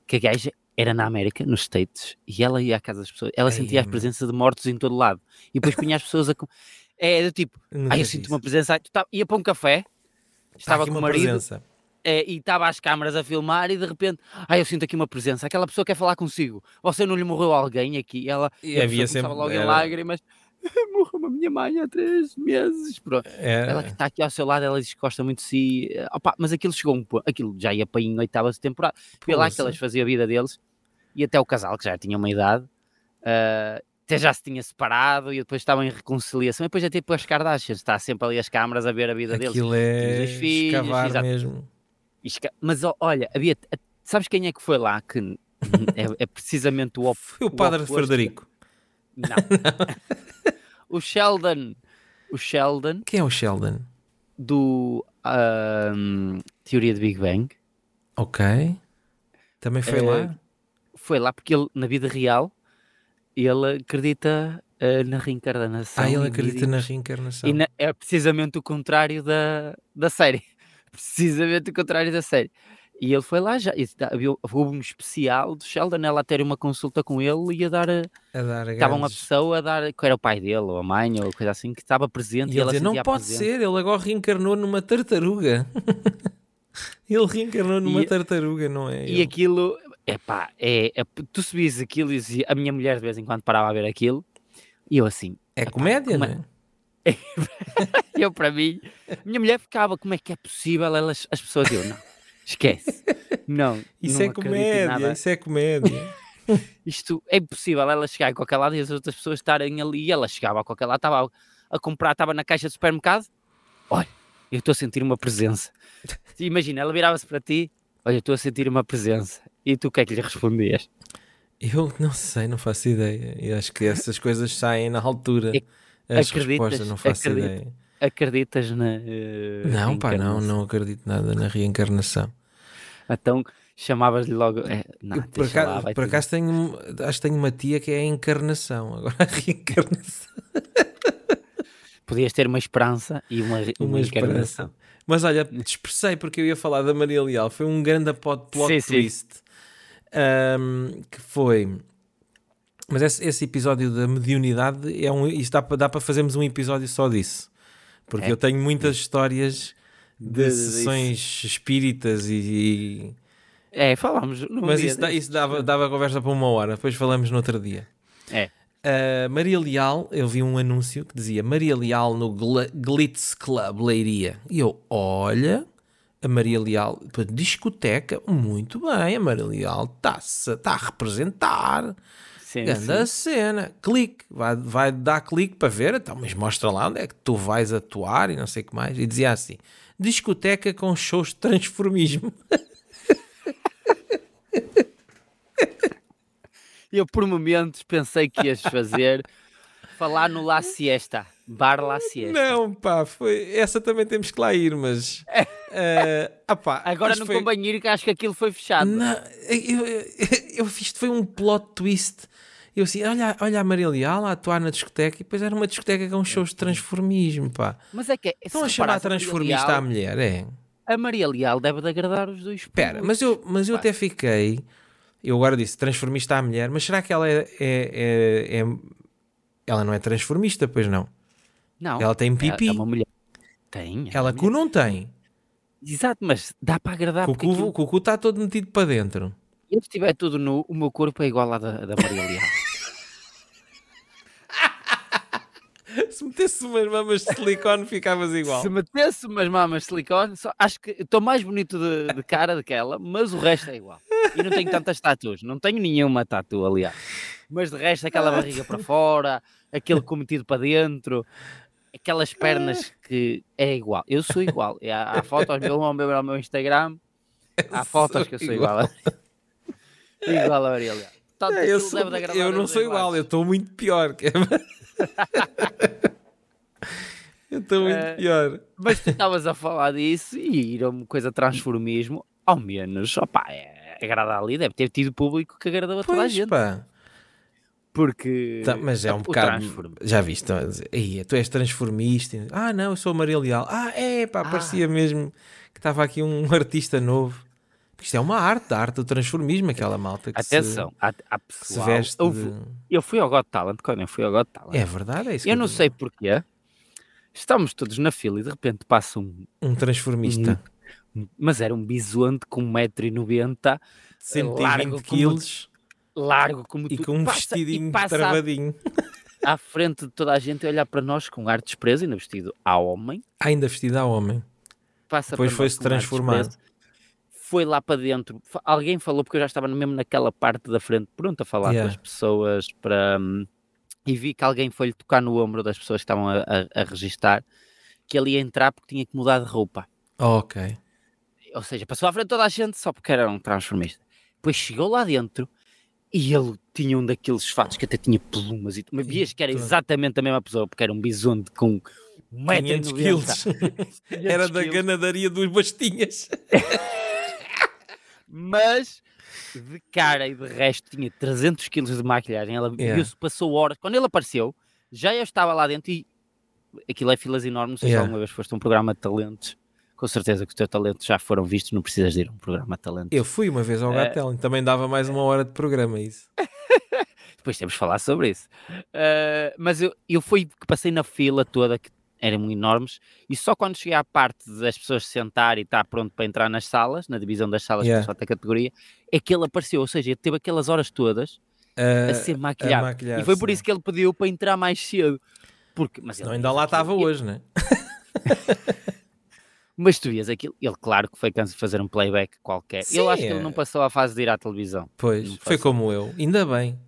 Speaker 2: Que a gaja era na América, nos States, e ela ia à casa das pessoas. Ela
Speaker 1: Ei,
Speaker 2: sentia a
Speaker 1: meu.
Speaker 2: presença de mortos em todo lado. E depois punha as pessoas a. co- É do tipo,
Speaker 1: Nunca
Speaker 2: ah, eu
Speaker 1: vi
Speaker 2: sinto
Speaker 1: isso.
Speaker 2: uma presença. Ai, tu tá- ia para um café,
Speaker 1: Tá
Speaker 2: estava
Speaker 1: aqui
Speaker 2: com o
Speaker 1: uma
Speaker 2: marido,
Speaker 1: presença.
Speaker 2: é, e estava às câmaras a filmar e de repente, ah, eu sinto aqui uma presença, aquela pessoa quer falar consigo, você não lhe morreu alguém aqui? E ela
Speaker 1: E
Speaker 2: e a
Speaker 1: havia
Speaker 2: pessoa começava
Speaker 1: sempre-
Speaker 2: logo
Speaker 1: era-
Speaker 2: em lágrimas, morreu a minha mãe há três meses, pronto.
Speaker 1: É,
Speaker 2: Ela que está aqui ao seu lado, ela diz que gosta muito de si, eh, opá, mas aquilo chegou a um ponto, aquilo já ia para em oitava temporada, foi lá que
Speaker 1: poça.
Speaker 2: elas faziam a vida deles, e até o casal, que já tinha uma idade, ah, até já se tinha separado, e depois estavam em reconciliação, e depois é tipo as Kardashians, está sempre ali as câmaras a ver a vida deles.
Speaker 1: Aquilo
Speaker 2: Tinha
Speaker 1: é
Speaker 2: dois filhos,
Speaker 1: escavar
Speaker 2: exato.
Speaker 1: mesmo.
Speaker 2: Isca- Mas ó, olha, havia. a- Sabes quem é que foi lá que n- é, é precisamente o op...
Speaker 1: Foi o padre
Speaker 2: oposto-
Speaker 1: Frederico.
Speaker 2: Não. o Sheldon. O Sheldon
Speaker 1: Quem é o Sheldon?
Speaker 2: do ahm, Teoria do Big Bang
Speaker 1: Ok. Também foi
Speaker 2: Eh,
Speaker 1: lá?
Speaker 2: foi lá porque ele, na vida real, ele acredita eh, na reencarnação.
Speaker 1: Ah, ele
Speaker 2: e
Speaker 1: acredita
Speaker 2: dizem-
Speaker 1: na reencarnação.
Speaker 2: E na- é precisamente o contrário da, da série. Precisamente o contrário da série. E ele foi lá já. e dá- havia- Houve um especial do Sheldon, ela a ter uma consulta com ele e a dar. a-
Speaker 1: A dar
Speaker 2: Estava uma
Speaker 1: grandes-
Speaker 2: pessoa a dar. que era o pai dele, ou a mãe, ou coisa assim, que estava presente
Speaker 1: E
Speaker 2: e,
Speaker 1: ele
Speaker 2: ela
Speaker 1: dizia, não
Speaker 2: sentia a
Speaker 1: pode
Speaker 2: presença."
Speaker 1: ser, ele agora reencarnou numa tartaruga. ele reencarnou numa
Speaker 2: E-
Speaker 1: tartaruga, não é?
Speaker 2: E
Speaker 1: ele?
Speaker 2: aquilo, epá, é, é, tu subias aquilo e dizia- a minha mulher de vez em quando parava a ver aquilo e eu assim,
Speaker 1: É comédia,
Speaker 2: como é-
Speaker 1: não é?
Speaker 2: Eu, para mim, minha mulher ficava, como é que é possível? Elas, as pessoas eu, não, esquece. Não,
Speaker 1: Isso
Speaker 2: não
Speaker 1: é
Speaker 2: acredito em
Speaker 1: comédia,
Speaker 2: nada.
Speaker 1: isso é comédia.
Speaker 2: Isto é impossível. Ela chegar a qualquer lado e as outras pessoas estarem ali. E ela chegava a qualquer lado, estava a- a comprar, estava na caixa de supermercado. Olha, eu estou a sentir uma presença. Imagina, ela virava-se para ti. Olha, eu estou a sentir uma presença. E tu o que é que lhe respondias?
Speaker 1: Eu não sei, não faço ideia. Eu acho que essas coisas saem na altura.
Speaker 2: Ac-
Speaker 1: As
Speaker 2: É acreditas?
Speaker 1: respostas, não faço
Speaker 2: Acredito.
Speaker 1: ideia.
Speaker 2: Acreditas na. eh,
Speaker 1: Não, pá, não,
Speaker 2: reencarnação?
Speaker 1: não acredito nada na reencarnação.
Speaker 2: Então chamavas-lhe logo. É, não,
Speaker 1: Eu, por
Speaker 2: deixa
Speaker 1: acaso,
Speaker 2: lá, vai
Speaker 1: por
Speaker 2: tudo.
Speaker 1: acaso tenho, um, acho que tenho uma tia que é a encarnação. Agora a reencarnação.
Speaker 2: Podias ter uma esperança e uma, re- uma
Speaker 1: Uma
Speaker 2: reencarnação.
Speaker 1: esperança. Mas olha, dispersei porque eu ia falar da Maria Leal. Foi um grande plot
Speaker 2: Sim,
Speaker 1: plot
Speaker 2: sim.
Speaker 1: twist. Ahm, que foi. Mas esse, esse episódio da mediunidade é um, isto dá para dá para fazermos um episódio só disso. Porque
Speaker 2: É.
Speaker 1: eu tenho muitas histórias de,
Speaker 2: De- de-
Speaker 1: sessões espíritas e. e-
Speaker 2: É, falámos. num
Speaker 1: Mas
Speaker 2: dia
Speaker 1: isso, dá-
Speaker 2: desses.
Speaker 1: isso dava, dava conversa para uma hora, depois falamos no outro dia.
Speaker 2: É.
Speaker 1: Uh, Maria Leal, eu vi um anúncio que dizia Maria Leal no Gla- Glitz Club Leiria. E eu, olha, a Maria Leal, pá, discoteca, muito bem, a Maria Leal está-se tá a representar.
Speaker 2: Sim, sim.
Speaker 1: Grande cena, clique, vai, vai dar clique para ver, então, mas mostra lá onde é que tu vais atuar e não sei o que mais. E dizia assim: discoteca com shows de transformismo.
Speaker 2: Eu por momentos pensei que ias fazer falar no La Siesta, Bar La Siesta.
Speaker 1: Não, pá, foi. Essa também temos que lá ir, mas. eh, ah, pá,
Speaker 2: É. Agora
Speaker 1: mas
Speaker 2: no
Speaker 1: foi-
Speaker 2: foi... companheiro que acho que aquilo foi fechado.
Speaker 1: Não, eu, eu, eu isto foi um plot twist. Eu assim, olha, olha a Maria Leal a atuar na discoteca e depois era uma discoteca com shows de transformismo, pá.
Speaker 2: Mas é que se
Speaker 1: Estão a chamar
Speaker 2: reparares, Maria
Speaker 1: transformista
Speaker 2: Leal-
Speaker 1: à mulher, é?
Speaker 2: A Maria Leal deve de agradar os dois.
Speaker 1: Espera,
Speaker 2: públicos.
Speaker 1: mas eu, mas eu até fiquei. Eu agora disse transformista à mulher, mas será que ela é. é- é- é- ela não é transformista, pois não.
Speaker 2: não,
Speaker 1: Ela tem
Speaker 2: é-
Speaker 1: pipi.
Speaker 2: É, uma mulher. Tem. é
Speaker 1: Ela
Speaker 2: uma
Speaker 1: cu não tem.
Speaker 2: mulher. Exato, mas dá para agradar.
Speaker 1: O
Speaker 2: Porque
Speaker 1: cu-
Speaker 2: aquilo-
Speaker 1: o cu está todo metido para dentro.
Speaker 2: eu estiver tudo nu, o meu corpo é igual à da, da Maria Leal.
Speaker 1: Se metesse umas mamas de silicone, ficavas igual.
Speaker 2: Se metesse umas mamas de silicone, só- acho que estou mais bonito de, de cara do que ela, mas o resto é igual. E não tenho tantas tatuas, não tenho nenhuma tatu, aliás. Mas de resto, aquela barriga para fora, aquele cometido para dentro, aquelas pernas que é igual. Eu sou igual. E Há, há fotos meu, ao, meu, ao meu Instagram, há fotos que eu sou igual. a- igual a Aurélia. Portanto,
Speaker 1: É, eu,
Speaker 2: aquilo
Speaker 1: sou-
Speaker 2: deve de agradar
Speaker 1: eu
Speaker 2: aos
Speaker 1: não
Speaker 2: dois
Speaker 1: sou igual,
Speaker 2: lados.
Speaker 1: eu estou muito pior. que- é eu estou muito
Speaker 2: Eh,
Speaker 1: pior.
Speaker 2: Mas tu estavas a falar disso e era uma coisa transformismo, ao menos, opá, é, agrada ali, deve ter tido público que agradou a toda a
Speaker 1: Pois
Speaker 2: gente.
Speaker 1: pá.
Speaker 2: Porque.
Speaker 1: Tá, mas é um
Speaker 2: o
Speaker 1: bocado.
Speaker 2: transform-
Speaker 1: Já viste? estão a dizer, "Ei, tu és transformista. Ah, não, eu sou a Maria Leal. Ah, é, pá,
Speaker 2: Ah.
Speaker 1: parecia mesmo que estava aqui um artista novo. Porque isto é uma arte, a arte do transformismo, aquela malta que se-
Speaker 2: Atenção, há, há
Speaker 1: que se,
Speaker 2: pessoal.
Speaker 1: veste.
Speaker 2: eu,
Speaker 1: de-
Speaker 2: fu- eu fui ao Got Talent, quando eu fui ao Got Talent.
Speaker 1: É verdade, é isso. que
Speaker 2: eu não sei porquê. Estamos todos na fila e de repente passa um.
Speaker 1: Um transformista.
Speaker 2: Mas era um bisonte com 1,90m,
Speaker 1: de 120
Speaker 2: Largo como-
Speaker 1: quilos.
Speaker 2: largo como
Speaker 1: E
Speaker 2: tu,
Speaker 1: com um
Speaker 2: passa- e
Speaker 1: vestidinho
Speaker 2: passa à
Speaker 1: travadinho.
Speaker 2: à frente de toda a gente a olhar para nós com ar de desprezo, ainda vestido a homem,
Speaker 1: Ainda vestido a homem.
Speaker 2: passa
Speaker 1: Depois
Speaker 2: para nós
Speaker 1: foi-se
Speaker 2: com ar de
Speaker 1: transformar.
Speaker 2: desprezo, Foi lá para dentro, fa- alguém falou, porque eu já estava mesmo naquela parte da frente, pronto a falar
Speaker 1: Yeah.
Speaker 2: com as pessoas para. hum, E vi que alguém foi-lhe tocar no ombro das pessoas que estavam a, a, a registar, que ele ia entrar porque tinha que mudar de roupa.
Speaker 1: Ok.
Speaker 2: Ou seja, passou à frente de toda a gente só porque era um transformista. Depois chegou lá dentro e ele tinha um daqueles fatos que até tinha plumas e tu- mas
Speaker 1: Sim,
Speaker 2: vias que era
Speaker 1: claro.
Speaker 2: exatamente a mesma pessoa, porque era um bisonte com
Speaker 1: 500
Speaker 2: 1,90m.
Speaker 1: quilos. Era da
Speaker 2: quilos,
Speaker 1: ganadaria dos Bastinhas.
Speaker 2: Mas de cara e de resto tinha 300 quilos de maquilhagem. Ela
Speaker 1: Yeah.
Speaker 2: viu-se, passou horas. Quando ele apareceu, já eu estava lá dentro e aquilo é filas enormes. Não sei
Speaker 1: Yeah.
Speaker 2: se alguma vez foste a um programa de talentos. Com certeza que os teus talentos já foram vistos, não precisas de ir a um programa de talentos.
Speaker 1: Eu fui uma vez ao
Speaker 2: Eh,
Speaker 1: Gatel, também dava mais uma hora de programa é isso.
Speaker 2: Depois temos de falar sobre isso. Ah, mas eu, eu fui que passei na fila toda, que eram enormes, e só quando cheguei à parte das pessoas se sentar e estar pronto para entrar nas salas, na divisão das salas,
Speaker 1: Yeah.
Speaker 2: yeah. da categoria, é que ele apareceu. Ou seja, ele teve aquelas horas todas a
Speaker 1: Ah,
Speaker 2: ser
Speaker 1: a
Speaker 2: maquilhado.
Speaker 1: maquilhar
Speaker 2: e foi por isso que ele pediu para entrar mais cedo. Porque, mas ele
Speaker 1: Não, ainda
Speaker 2: fez
Speaker 1: lá
Speaker 2: aquilo.
Speaker 1: estava
Speaker 2: E-
Speaker 1: hoje, né?
Speaker 2: Mas tu vias aquilo. Ele, claro que foi canso de fazer um playback qualquer.
Speaker 1: Sim,
Speaker 2: eu acho que ele
Speaker 1: é.
Speaker 2: não passou à fase de ir à televisão.
Speaker 1: Pois,
Speaker 2: Não faço.
Speaker 1: foi como eu. Ainda bem.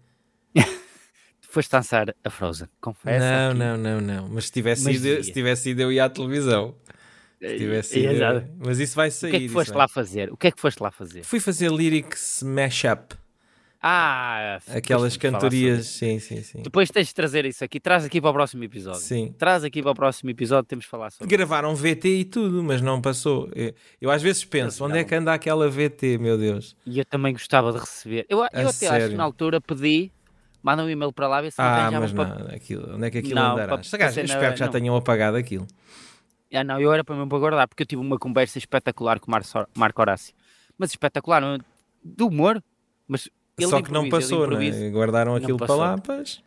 Speaker 2: Foste dançar a Frozen, confessa.
Speaker 1: Não,
Speaker 2: aqui.
Speaker 1: não, não, não. Mas se tivesse,
Speaker 2: Mas
Speaker 1: ido, eu- se
Speaker 2: via.
Speaker 1: tivesse ido, eu ia à televisão. Se tivesse ido,
Speaker 2: é Exato.
Speaker 1: Mas isso vai
Speaker 2: O
Speaker 1: sair.
Speaker 2: que é que
Speaker 1: isso
Speaker 2: foste
Speaker 1: vai.
Speaker 2: lá fazer? O que é que foste lá fazer?
Speaker 1: Fui fazer lyrics mashup.
Speaker 2: Ah, depois
Speaker 1: Aquelas
Speaker 2: temos de falar sobre
Speaker 1: cantorias.
Speaker 2: isso.
Speaker 1: Sim, sim, sim.
Speaker 2: Depois tens de trazer isso aqui. Traz aqui para o próximo episódio.
Speaker 1: Sim.
Speaker 2: Traz aqui para o próximo episódio. Temos de falar sobre
Speaker 1: Gravaram VT e tudo, mas não passou. Eu, eu às vezes penso, onde é que anda aquela VT, meu Deus?
Speaker 2: E eu também gostava de receber. Eu, eu até acho que
Speaker 1: sério?
Speaker 2: na altura pedi, manda um e-mail para lá, ver se
Speaker 1: Ah,
Speaker 2: arranjava
Speaker 1: mas
Speaker 2: para.
Speaker 1: não, aquilo, onde é que aquilo
Speaker 2: Não,
Speaker 1: andará?
Speaker 2: para-
Speaker 1: Esta gaja,
Speaker 2: para
Speaker 1: eu
Speaker 2: cena-
Speaker 1: espero que já
Speaker 2: não.
Speaker 1: tenham apagado aquilo.
Speaker 2: Ah, não, eu era para mesmo para guardar, porque eu tive uma conversa espetacular com o Março- Marco Horácio. Mas espetacular, não é? do humor. Mas ele
Speaker 1: Só que não
Speaker 2: improvisa,
Speaker 1: passou,
Speaker 2: ele
Speaker 1: não
Speaker 2: improvisa.
Speaker 1: é? Guardaram aquilo para
Speaker 2: passou.
Speaker 1: lá, pois.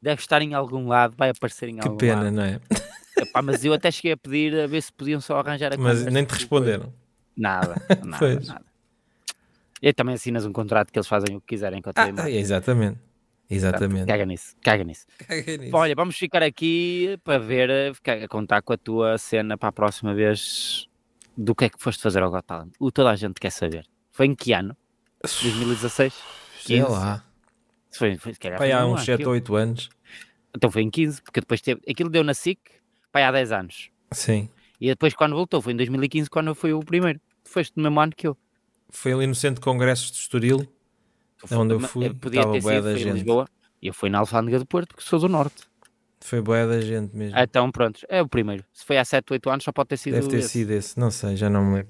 Speaker 2: Deve estar em algum lado, vai aparecer em
Speaker 1: Que
Speaker 2: algum
Speaker 1: pena,
Speaker 2: lado.
Speaker 1: não é?
Speaker 2: Epá, mas eu até cheguei a pedir a ver se podiam só arranjar a
Speaker 1: Mas
Speaker 2: conversa
Speaker 1: nem te
Speaker 2: com é o
Speaker 1: responderam.
Speaker 2: Nada, nada,
Speaker 1: Pois.
Speaker 2: nada. E também assinas um contrato que eles fazem o que quiserem com a tua
Speaker 1: Ah, é.
Speaker 2: imagem.
Speaker 1: ah, exatamente. Exatamente.
Speaker 2: Caga nisso, caga nisso.
Speaker 1: Caguei nisso.
Speaker 2: Bom, olha, vamos ficar aqui para ver, eh, ficar a contar com a tua cena para a próxima vez do que é que foste fazer ao Got Talent. O toda a gente quer saber. Foi em que ano? 2016?
Speaker 1: Sei
Speaker 2: 15?
Speaker 1: lá.
Speaker 2: Se Foi, foi, se calhar
Speaker 1: Pai,
Speaker 2: foi
Speaker 1: há
Speaker 2: no
Speaker 1: uns
Speaker 2: ano,
Speaker 1: 7
Speaker 2: aquilo.
Speaker 1: ou 8 anos.
Speaker 2: Então foi em 15, porque depois teve... Aquilo deu na SIC, pai, há 10 anos.
Speaker 1: Sim.
Speaker 2: E depois quando voltou, foi em 2015 quando foi o primeiro. Tu foste no mesmo ano que eu.
Speaker 1: Foi ali no Centro de Congressos de Estoril.
Speaker 2: Foi-
Speaker 1: Onde eu
Speaker 2: ma-
Speaker 1: fui,
Speaker 2: podia
Speaker 1: tava
Speaker 2: ter
Speaker 1: bué
Speaker 2: sido,
Speaker 1: da
Speaker 2: foi em
Speaker 1: gente.
Speaker 2: Lisboa. E eu fui na Alfândega do Porto, porque sou do Norte.
Speaker 1: Foi boa da gente mesmo.
Speaker 2: Então pronto, é o primeiro. Se foi há 7, 8 anos, só pode ter sido
Speaker 1: Deve ter
Speaker 2: esse.
Speaker 1: sido esse. Não sei, já não me lembro.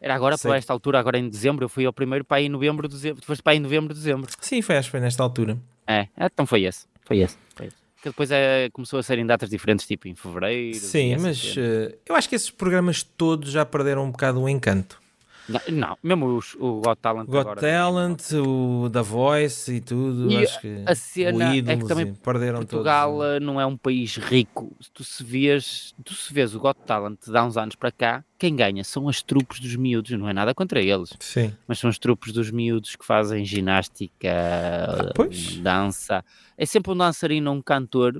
Speaker 2: Era agora,
Speaker 1: Sei
Speaker 2: por
Speaker 1: que-
Speaker 2: esta altura, agora em dezembro, eu fui ao primeiro para aí em novembro, dezembro, depois para aí em novembro, dezembro.
Speaker 1: Sim, foi, acho que foi nesta altura.
Speaker 2: É, então foi esse. Foi esse. Foi esse. Que depois é, começou a ser em datas diferentes, tipo em fevereiro. e
Speaker 1: Sim,
Speaker 2: essa
Speaker 1: mas
Speaker 2: cena.
Speaker 1: eh, eu acho que esses programas todos já perderam um bocado o encanto.
Speaker 2: Não, não, mesmo os- o Got Talent.
Speaker 1: O Got
Speaker 2: agora,
Speaker 1: Talent, o da Voice e tudo,
Speaker 2: E
Speaker 1: acho que
Speaker 2: a cena é
Speaker 1: o
Speaker 2: que
Speaker 1: Ídolos,
Speaker 2: também
Speaker 1: e perderam
Speaker 2: Portugal
Speaker 1: todos. né?
Speaker 2: eh, não é um país rico. Se tu se vês, tu se vês o Got Talent de há uns anos para cá, quem ganha são as trupes dos miúdos, não é nada contra eles,
Speaker 1: Sim,
Speaker 2: mas são as trupes dos miúdos que fazem ginástica, eh,
Speaker 1: Ah, pois.
Speaker 2: dança. É sempre um dançarino, um cantor.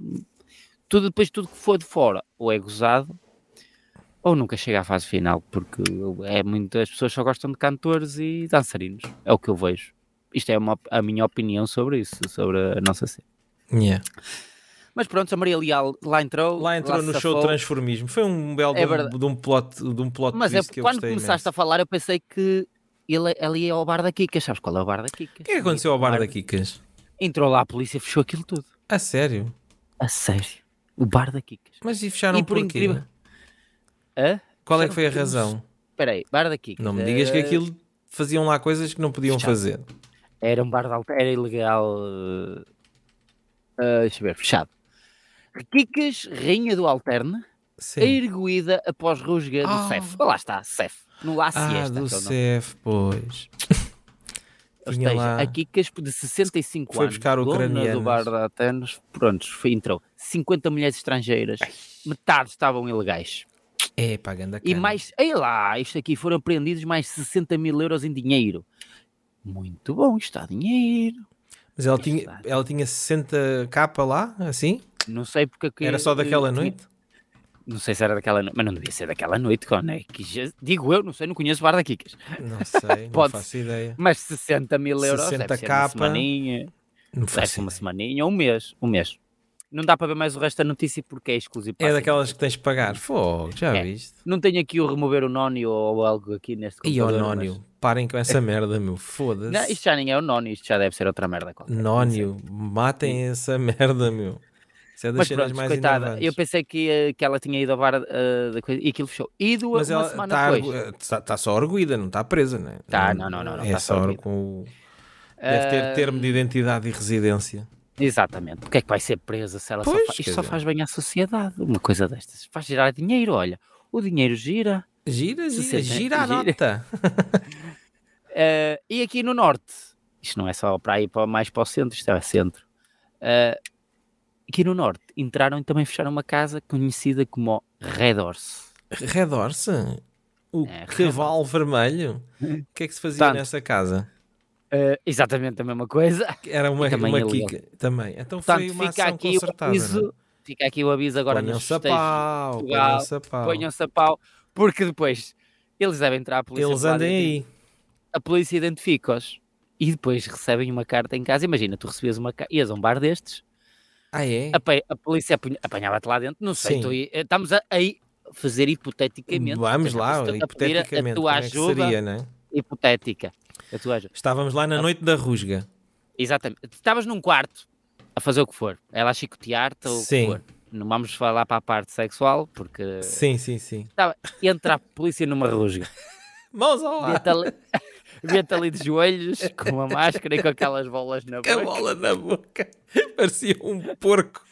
Speaker 2: Tudo, depois tudo que for de fora, ou é gozado, ou nunca chega à fase final, porque é muito, as pessoas só gostam de cantores e dançarinos. É o que eu vejo. Isto é uma op- a minha opinião sobre isso, sobre a nossa cena.
Speaker 1: Yeah.
Speaker 2: Mas pronto, a Maria Leal lá entrou.
Speaker 1: Lá entrou
Speaker 2: lá
Speaker 1: no
Speaker 2: se
Speaker 1: show
Speaker 2: safou,
Speaker 1: transformismo. Foi um belo
Speaker 2: É
Speaker 1: de, um,
Speaker 2: verdade.
Speaker 1: de um plot, de um plot
Speaker 2: Mas é
Speaker 1: twist
Speaker 2: porque
Speaker 1: que eu
Speaker 2: quando
Speaker 1: gostei
Speaker 2: começaste
Speaker 1: imenso.
Speaker 2: a falar, eu pensei que ele, ele ia ao bar da Kika. Sabes qual é o bar da Kika?
Speaker 1: O que é que aconteceu ao bar da Kikas?
Speaker 2: Entrou lá a polícia, fechou aquilo tudo.
Speaker 1: A sério?
Speaker 2: A sério. O bar da Kikas.
Speaker 1: Mas e fecharam
Speaker 2: E por
Speaker 1: porquê?
Speaker 2: incrível- Hã?
Speaker 1: Qual é
Speaker 2: Fecharam
Speaker 1: que foi a
Speaker 2: porque eles-
Speaker 1: razão?
Speaker 2: Espera aí, bar da Kikas.
Speaker 1: Não me digas que
Speaker 2: eh,
Speaker 1: aquilo faziam lá coisas que não podiam
Speaker 2: Fecharam.
Speaker 1: fazer.
Speaker 2: Era um bar de alta, era ilegal. eh, eh, deixa eu ver, fechado. Kikas, rainha do alterne,
Speaker 1: Sim.
Speaker 2: erguida após rusga do
Speaker 1: Ah.
Speaker 2: CEF. Lá está, CEF. No ACS.
Speaker 1: Ah, do CEF, pois.
Speaker 2: então, Ou
Speaker 1: Tinha
Speaker 2: seja,
Speaker 1: lá.
Speaker 2: a Kikas de 65
Speaker 1: Foi
Speaker 2: anos,
Speaker 1: buscar
Speaker 2: dona do
Speaker 1: ucranianas.
Speaker 2: bar de Atenas, pronto, foi, entrou 50 mulheres estrangeiras, metade estavam ilegais.
Speaker 1: É, pá, ganda
Speaker 2: E
Speaker 1: cana.
Speaker 2: mais, ei lá, isto aqui foram apreendidos mais 60 mil euros em dinheiro. Muito bom, isto dá dinheiro.
Speaker 1: Mas
Speaker 2: É
Speaker 1: ela tinha, ela tinha 60 capa lá, assim?
Speaker 2: Não sei porque... que-
Speaker 1: Era só daquela
Speaker 2: eh,
Speaker 1: noite?
Speaker 2: Não sei se era daquela noite, mas não devia ser daquela noite, Con, é que já- digo eu, não sei, não conheço o bar da Kikas.
Speaker 1: Não sei, não
Speaker 2: Pode
Speaker 1: faço ideia.
Speaker 2: Mas 60 mil euros
Speaker 1: 60
Speaker 2: deve ser uma
Speaker 1: capa.
Speaker 2: semaninha,
Speaker 1: Não
Speaker 2: deve
Speaker 1: faço
Speaker 2: ser uma
Speaker 1: ideia.
Speaker 2: semaninha, um mês, um mês. Não dá para ver mais o resto da notícia porque é exclusivo. para
Speaker 1: É
Speaker 2: a
Speaker 1: daquelas que tens de pagar. Fogo, já
Speaker 2: É.
Speaker 1: viste?
Speaker 2: Não tenho aqui o remover o nónio ou algo aqui neste
Speaker 1: E o
Speaker 2: computador,
Speaker 1: Nónio? Parem com essa merda, meu.
Speaker 2: mas- Não,
Speaker 1: Foda-se.
Speaker 2: isto é já nem é o nónio, isto já deve ser outra merda qualquer.
Speaker 1: Nónio, matem essa merda, meu. Isso é das
Speaker 2: Mas
Speaker 1: cenas
Speaker 2: pronto,
Speaker 1: mais
Speaker 2: coitada,
Speaker 1: enervantes.
Speaker 2: eu pensei que, eh, que ela tinha ido ao bar eh, da coisa, e aquilo fechou. E duas
Speaker 1: Mas
Speaker 2: uma
Speaker 1: ela tá
Speaker 2: semana
Speaker 1: está
Speaker 2: depois.
Speaker 1: só arguída, não está presa, não é?
Speaker 2: Tá, não, não, não, não
Speaker 1: é
Speaker 2: tá só
Speaker 1: só
Speaker 2: arguída.
Speaker 1: com o- Deve ter termo de identidade e residência.
Speaker 2: Exatamente. O que é que vai ser presa se ela
Speaker 1: Pois,
Speaker 2: só faz...
Speaker 1: quer
Speaker 2: Isto só
Speaker 1: dizer.
Speaker 2: faz bem à sociedade, uma coisa destas. Faz girar dinheiro, olha. O dinheiro gira.
Speaker 1: Gira, gira,
Speaker 2: Sessenta,
Speaker 1: gira a
Speaker 2: né? gira.
Speaker 1: nota.
Speaker 2: Eh, e aqui no norte, isto não é só para ir para mais para o centro, isto é centro. Eh, aqui no norte entraram e também fecharam uma casa conhecida como Red Horse.
Speaker 1: Red Horse? O
Speaker 2: É, Red
Speaker 1: cavalo vermelho? O que é que se fazia
Speaker 2: Portanto,
Speaker 1: nessa casa?
Speaker 2: Eh, exatamente a mesma coisa.
Speaker 1: Era uma,
Speaker 2: e também
Speaker 1: uma
Speaker 2: é legal.
Speaker 1: quica. Também. Então foi
Speaker 2: Portanto,
Speaker 1: uma
Speaker 2: fica
Speaker 1: ação
Speaker 2: aqui, o
Speaker 1: concertada. não é?
Speaker 2: aviso, fica aqui o aviso agora nos
Speaker 1: Ponham-se a
Speaker 2: festejos.
Speaker 1: pau,
Speaker 2: Portugal,
Speaker 1: ponham-se a pau.
Speaker 2: Ponham-se a pau, porque depois eles devem entrar à polícia.
Speaker 1: Eles
Speaker 2: por lá
Speaker 1: andem
Speaker 2: dentro,
Speaker 1: aí.
Speaker 2: A polícia identifica-os e depois recebem uma carta em casa. Imagina, tu recebias uma carta, ias a um bar destes,
Speaker 1: Ah, é?
Speaker 2: a, pe- a polícia apanha- apanhava-te lá dentro. Não sei,
Speaker 1: Sim.
Speaker 2: tu ia- estamos a- aí. fazer hipoteticamente.
Speaker 1: Vamos
Speaker 2: Portanto,
Speaker 1: lá,
Speaker 2: estou-te a pedir
Speaker 1: hipoteticamente.
Speaker 2: A tua
Speaker 1: como é que
Speaker 2: ajuda Ah.
Speaker 1: seria, né?
Speaker 2: hipotética. A tua ajuda.
Speaker 1: Estávamos lá na noite da rusga.
Speaker 2: Exatamente. Estavas num quarto a fazer o que for. Ela a chicotear-te ou
Speaker 1: Sim.
Speaker 2: o que for. Não vamos falar para a parte sexual, porque
Speaker 1: Sim, sim, sim.
Speaker 2: estava, entra a polícia numa rusga.
Speaker 1: Mãos ao
Speaker 2: Vê-te ali, vê-te ali de joelhos, com uma máscara e com aquelas bolas na
Speaker 1: Com a
Speaker 2: boca.
Speaker 1: bola na boca. Parecia um porco.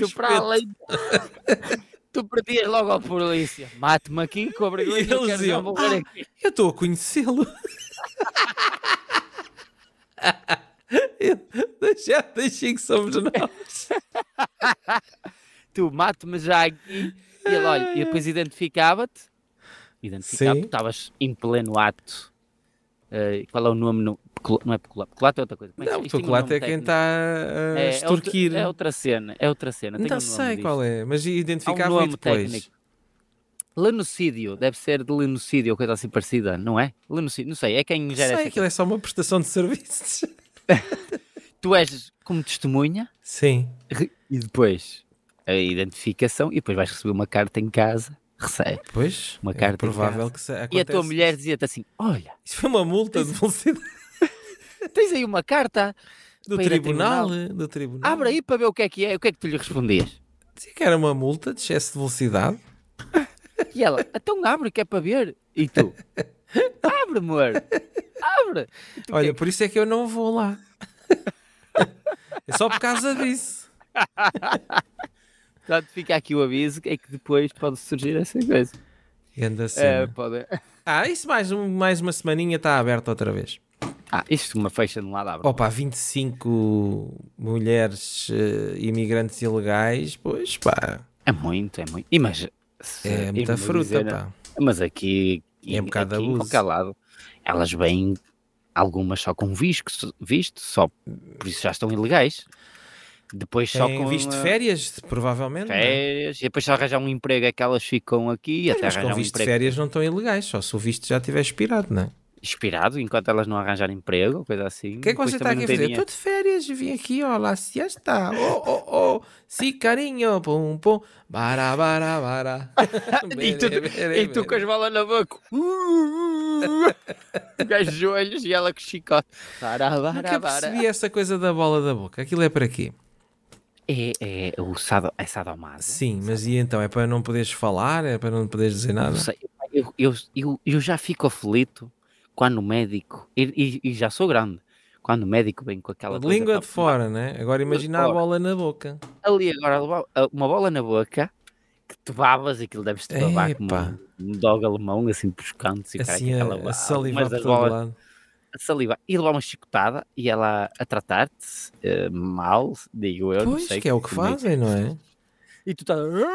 Speaker 2: Tu para além. tu perdias logo à polícia. Mate-me aqui com a
Speaker 1: E
Speaker 2: vergonha que eu
Speaker 1: eles
Speaker 2: quero
Speaker 1: iam,
Speaker 2: não morrer
Speaker 1: "Ah,
Speaker 2: aqui.
Speaker 1: Eu estou a conhecê-lo. Deixa, deixem que somos nós.
Speaker 2: Tu mate-me já aqui. E ele olha, e depois identificava-te. Identificava-te,
Speaker 1: Sim.
Speaker 2: tu estavas em pleno ato. Eh, qual é o nome? No... pecula- Não é peculato, peculato é outra coisa. Como é que
Speaker 1: Não,
Speaker 2: se-
Speaker 1: o
Speaker 2: isto tinha um
Speaker 1: chocolate
Speaker 2: nome
Speaker 1: é quem
Speaker 2: técnico.
Speaker 1: está a
Speaker 2: É, é, outra,
Speaker 1: extorquir.
Speaker 2: é outra cena, é outra cena. tem
Speaker 1: não
Speaker 2: um
Speaker 1: sei
Speaker 2: nome
Speaker 1: qual é, mas
Speaker 2: disto. Há um
Speaker 1: identificava e
Speaker 2: nome
Speaker 1: depois.
Speaker 2: técnico. Lenocídio, deve ser de lenocídio ou coisa assim parecida, não é? Lenocídio, não sei, é quem
Speaker 1: Não
Speaker 2: gera essa
Speaker 1: sei, aquilo é só uma prestação de serviços.
Speaker 2: tu és como testemunha
Speaker 1: Sim.
Speaker 2: e depois a identificação e depois vais receber uma carta em casa, recebe.
Speaker 1: Pois,
Speaker 2: Uma
Speaker 1: é
Speaker 2: carta em
Speaker 1: provável
Speaker 2: casa.
Speaker 1: que se,
Speaker 2: E a tua
Speaker 1: acontece.
Speaker 2: mulher dizia-te assim: Olha,
Speaker 1: Isso foi uma multa de velocidade
Speaker 2: tens aí uma carta,
Speaker 1: do
Speaker 2: Para ir a
Speaker 1: tribunal, do tribunal.
Speaker 2: abre aí para ver o que é que é, o que é que tu lhe respondias?
Speaker 1: Dizia que era uma multa de excesso de velocidade.
Speaker 2: E ela, então abre que é para ver. E tu, abre, amor, abre. E tu,
Speaker 1: Olha,
Speaker 2: "O que
Speaker 1: por isso é que eu não vou lá. é só por causa disso.
Speaker 2: é que-" Portanto, fica aqui o aviso que é que depois pode surgir essa coisa.
Speaker 1: Ganda cena.
Speaker 2: É, pode...
Speaker 1: Ah, isso mais, um- mais uma semaninha está aberto outra vez.
Speaker 2: Ah, isto uma fecha de um lado abre.
Speaker 1: Opa, 25 mulheres eh, imigrantes ilegais, pois pá,
Speaker 2: É muito, é muito. E mas, se-
Speaker 1: é muita
Speaker 2: e vou
Speaker 1: fruta,
Speaker 2: dizer,
Speaker 1: pá.
Speaker 2: Mas aqui,
Speaker 1: É um bocado
Speaker 2: aqui em
Speaker 1: abuso.
Speaker 2: qualquer lado, elas vêm, algumas só com visto, visto só por isso já estão ilegais. Depois só
Speaker 1: Tem
Speaker 2: com
Speaker 1: visto
Speaker 2: eh,
Speaker 1: férias, provavelmente. não é?
Speaker 2: férias, e depois só arranjar um emprego é que elas ficam aqui até
Speaker 1: Mas
Speaker 2: arranjar
Speaker 1: com
Speaker 2: um
Speaker 1: visto de
Speaker 2: emprego
Speaker 1: férias não estão ilegais, só se o visto já tiver expirado, não é?
Speaker 2: expirado enquanto elas não arranjarem emprego, ou coisa assim.
Speaker 1: O que é que você está aqui a fazer? Estou de férias, vim aqui, ó, lá se já está. Oh, oh, oh, si carinho, pum, pum, bará, bará, bará.
Speaker 2: E tu- E tu com as balas na boca,
Speaker 1: Uh,
Speaker 2: o gajo de olhos e ela com chicote. Para, para,
Speaker 1: Nunca
Speaker 2: para.
Speaker 1: percebi essa coisa da bola da boca. Aquilo é para quê?
Speaker 2: É, é o sado, é sadomaso.
Speaker 1: Sim, mas e então? É para não poderes falar? É para não poderes dizer nada?
Speaker 2: Não sei, eu, eu, eu, eu já fico aflito quando o médico, e, e- e já sou grande, quando o médico vem com aquela coisa
Speaker 1: Língua
Speaker 2: para-
Speaker 1: de fora, né? Agora imagina a
Speaker 2: fora.
Speaker 1: bola na boca.
Speaker 2: ali agora leva- a- uma bola na boca que te babas, aquilo deves te babar como
Speaker 1: Epá.
Speaker 2: um dog alemão, assim por os cantos e o
Speaker 1: Assim
Speaker 2: caralho,
Speaker 1: a,
Speaker 2: aquela
Speaker 1: a
Speaker 2: baba,
Speaker 1: salivar
Speaker 2: mas
Speaker 1: por
Speaker 2: as
Speaker 1: todo
Speaker 2: bolas-
Speaker 1: lado.
Speaker 2: a saliva, e levar uma chicotada e ela a tratar-te eh, mal, digo eu, não
Speaker 1: Pois,
Speaker 2: sei
Speaker 1: que é o que
Speaker 2: como é
Speaker 1: fazem, não é?
Speaker 2: E tu tá, estás.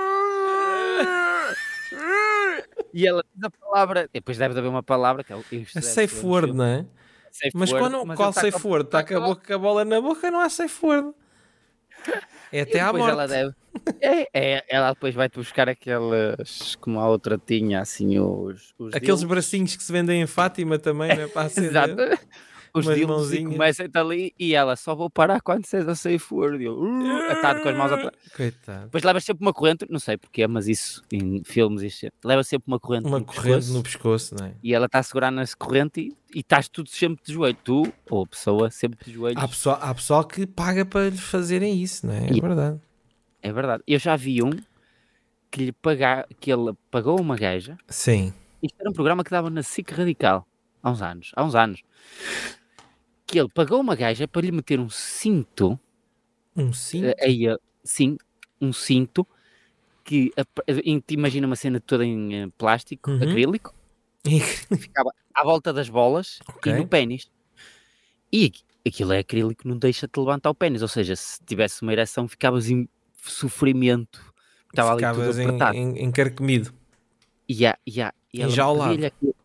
Speaker 2: E ela diz a palavra. e Depois deve haver uma palavra que é o.
Speaker 1: A safe word, não é?
Speaker 2: Safe
Speaker 1: Mas
Speaker 2: word,
Speaker 1: quando,
Speaker 2: mas
Speaker 1: qual
Speaker 2: ele tá
Speaker 1: safe
Speaker 2: com-
Speaker 1: word? Está
Speaker 2: tá
Speaker 1: com a,
Speaker 2: com-
Speaker 1: boca, com a bola na boca, não há safe word. É
Speaker 2: e
Speaker 1: até à
Speaker 2: depois
Speaker 1: morte.
Speaker 2: Ela, deve... é, é, ela depois vai-te buscar aqueles. Como a outra tinha, assim, os. os
Speaker 1: Aqueles
Speaker 2: dildos.
Speaker 1: bracinhos que se vendem em Fátima também, não é? Para acender.
Speaker 2: Exato. Os
Speaker 1: umas
Speaker 2: dildos e
Speaker 1: mãozinhas.
Speaker 2: começam ali e ela só vou parar quando says a safe word. E eu, uh, atado com as mãos atrás.
Speaker 1: Coitado.
Speaker 2: Depois levas sempre uma corrente, não sei porquê, mas isso em filmes, isso leva sempre uma corrente.
Speaker 1: Uma
Speaker 2: no
Speaker 1: corrente
Speaker 2: pescoço.
Speaker 1: no pescoço, não é?
Speaker 2: e ela está a segurar nessa corrente e- e estás tudo sempre de joelho. Tu ou a pessoa sempre de joelhos.
Speaker 1: Há pessoal, há pessoal que paga para lhe fazerem isso, não é? É
Speaker 2: E-
Speaker 1: verdade.
Speaker 2: É verdade. Eu já vi um que lhe pagar, que ele pagou uma gaja.
Speaker 1: Sim.
Speaker 2: Isto era um programa que dava na SIC Radical há uns anos. Há uns anos. Que ele pagou uma gaja para lhe meter um cinto.
Speaker 1: Um sim.
Speaker 2: eh, Aí, eh, sim, um cinto. Que ap- em- te imagina uma cena toda em eh, plástico,
Speaker 1: Uhum.
Speaker 2: acrílico, à volta das bolas
Speaker 1: Ok.
Speaker 2: e no pênis. E aqui- aquilo é acrílico, não deixa-te levantar o pênis. Ou seja, se tivesse uma ereção, ficavas em sofrimento. Estava ali
Speaker 1: Ficavas
Speaker 2: tudo
Speaker 1: em,
Speaker 2: apertado.
Speaker 1: em, encarcomido.
Speaker 2: E, a, e, a, e ela
Speaker 1: Enjaulado.
Speaker 2: pedia-lhe aquilo-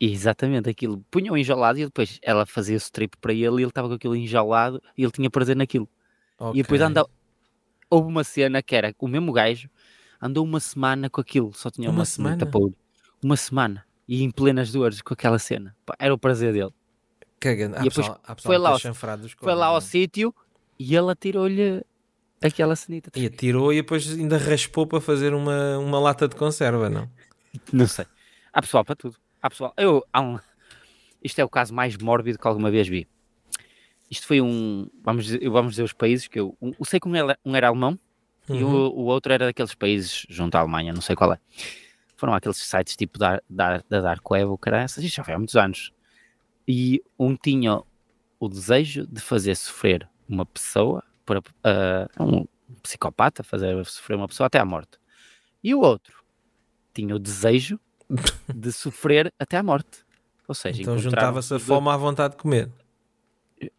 Speaker 2: Exatamente, aquilo. Punham enjaulado e depois ela fazia esse trip para ele e ele estava com aquilo enjaulado e ele tinha prazer naquilo. E depois
Speaker 1: Ok.
Speaker 2: anda... Houve uma cena que era o mesmo gajo andou uma semana com aquilo, só tinha
Speaker 1: Uma
Speaker 2: uma, semana
Speaker 1: semana?
Speaker 2: para olho. Uma semana. E em plenas dores com aquela cena. Pá, Era o prazer dele.
Speaker 1: Cagando. Há
Speaker 2: E depois
Speaker 1: pessoal, há pessoal
Speaker 2: foi lá
Speaker 1: que
Speaker 2: ao-
Speaker 1: é chanfrado dos
Speaker 2: Foi lá ao
Speaker 1: cornos,
Speaker 2: sítio e ela tirou-lhe aquela cenita.
Speaker 1: é? E atirou e depois ainda raspou para fazer uma, uma lata de conserva, não?
Speaker 2: Não sei. Há pessoal para tudo. Há pessoal. Eu, há um... Isto é o caso mais mórbido que alguma vez vi. Isto foi um. Vamos dizer, vamos dizer os países que eu. Um, eu sei que um era, um era alemão e o,
Speaker 1: Uhum.
Speaker 2: o outro era daqueles países junto à Alemanha, não sei qual é. Foram aqueles sites tipo da, da, da Dark Web, o caraças, isto já foi há muitos anos. E um tinha o desejo de fazer sofrer uma pessoa, para, ah, um psicopata, fazer sofrer uma pessoa até à morte. E o outro tinha o desejo de sofrer até à morte. Ou seja, um
Speaker 1: Então
Speaker 2: encontraram
Speaker 1: juntava-se a
Speaker 2: os dois-
Speaker 1: fome à vontade de comer.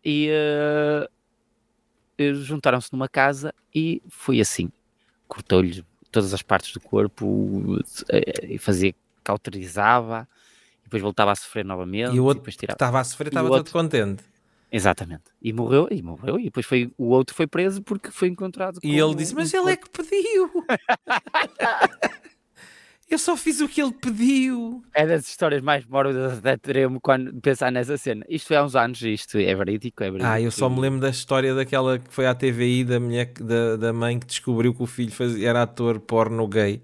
Speaker 2: e eh, eh, juntaram-se numa casa e foi assim. Cortou-lhe todas as partes do corpo eh, e fazia, cauterizava, e depois voltava a sofrer novamente
Speaker 1: E o outro
Speaker 2: depois
Speaker 1: Que
Speaker 2: tirava.
Speaker 1: estava a sofrer, estava
Speaker 2: É. o
Speaker 1: todo
Speaker 2: outro-
Speaker 1: contente.
Speaker 2: Exatamente. E morreu, e morreu, e depois foi, o outro foi preso porque foi encontrado um
Speaker 1: E ele disse: Mas ele é que pediu. Eu só fiz o que ele pediu.
Speaker 2: É das histórias mais mórbidas até teremos quando pensar nessa cena. Isto foi há uns anos, isto é verídico, é verídico.
Speaker 1: Ah, eu só me lembro da história daquela que foi à TVI da, mulher, que- da, da mãe que descobriu que o filho fazia, era ator porno gay.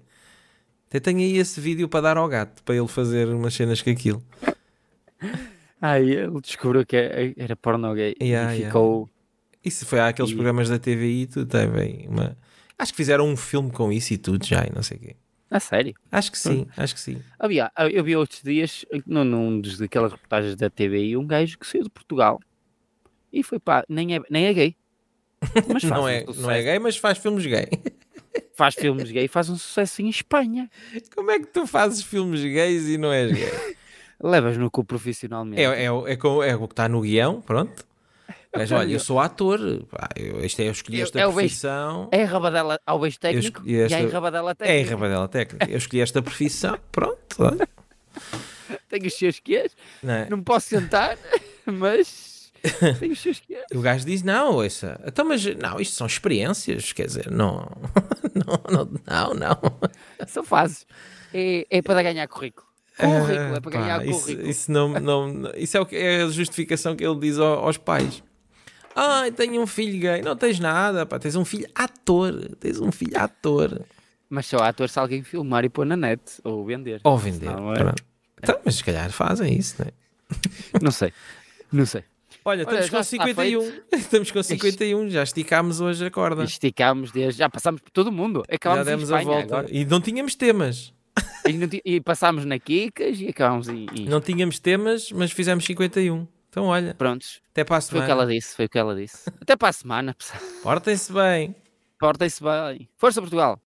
Speaker 1: Até tenho aí esse vídeo para dar ao gato, para ele fazer umas cenas com aquilo.
Speaker 2: Ah, e ele descobriu que era era porno gay
Speaker 1: Yeah,
Speaker 2: e
Speaker 1: yeah.
Speaker 2: ficou...
Speaker 1: Isso foi àqueles
Speaker 2: E-
Speaker 1: programas da TVI, tu também. Uma... Acho que fizeram um filme com isso e tudo já, e não sei o quê.
Speaker 2: A sério?
Speaker 1: Acho que sim, acho que sim.
Speaker 2: Havia, eu vi outros dias, num, num dos daquelas reportagens da TVI, um gajo que saiu de Portugal e foi pá, nem é, nem é gay. Mas faz,
Speaker 1: Não
Speaker 2: um
Speaker 1: é, não é
Speaker 2: sucesso.
Speaker 1: gay, mas faz filmes gay.
Speaker 2: faz filmes gay e faz um sucesso em Espanha.
Speaker 1: Como é que tu fazes filmes gays e não és gay?
Speaker 2: Levas no cu profissionalmente.
Speaker 1: É, é, o- é, com- é o que está no guião, pronto. Mas
Speaker 2: tá no
Speaker 1: olha, eu
Speaker 2: guião.
Speaker 1: sou ator, pá, eu, isto é, eu escolhi
Speaker 2: Eu-
Speaker 1: esta
Speaker 2: eu vejo-
Speaker 1: profissão.
Speaker 2: É a rabadela ao beijo técnico
Speaker 1: escolhi
Speaker 2: e
Speaker 1: esta-
Speaker 2: é a rabadela
Speaker 1: É em
Speaker 2: técnica.
Speaker 1: Rabadela Técnica. Eu escolhi esta profissão, pronto. olha,
Speaker 2: Tenho os seus quês,
Speaker 1: Não é?
Speaker 2: não posso sentar, mas tenho os seus quês.
Speaker 1: E o gajo diz: Não, essa. Então, mas não, isto são experiências, quer dizer, não. Não, não, não. não.
Speaker 2: São fases. É, é para ganhar currículo. Currículo, é para ganhar
Speaker 1: Ah, Pá, isso,
Speaker 2: currículo.
Speaker 1: isso não, não, isso é, o que, é a justificação que ele diz ao- aos pais. Ai, tenho um filho gay. Não tens nada, pá, tens um filho ator. Tens um filho ator.
Speaker 2: Mas só há ator se alguém filmar e pôr na net ou vender.
Speaker 1: Ou vender.
Speaker 2: Não é?
Speaker 1: pronto. Então, mas se calhar fazem isso, não é?
Speaker 2: Não sei. Não sei.
Speaker 1: Olha,
Speaker 2: Olha,
Speaker 1: estamos
Speaker 2: já
Speaker 1: com
Speaker 2: está
Speaker 1: 51. Estamos com 51, já esticámos hoje a corda.
Speaker 2: Esticámos desde. Já passámos por todo o mundo.
Speaker 1: Já
Speaker 2: Acabámos em
Speaker 1: demos a
Speaker 2: Espanha
Speaker 1: volta.
Speaker 2: agora.
Speaker 1: E não tínhamos temas.
Speaker 2: E, não ti- e passámos na Kikas e acabámos em. em-
Speaker 1: Não tínhamos temas, mas fizemos 51. Então, olha,
Speaker 2: Prontos.
Speaker 1: até para a
Speaker 2: Foi o que ela
Speaker 1: semana.
Speaker 2: disse. Foi o que ela disse. Até para a semana, pessoal.
Speaker 1: Portem-se bem.
Speaker 2: Portem-se bem. Força Portugal.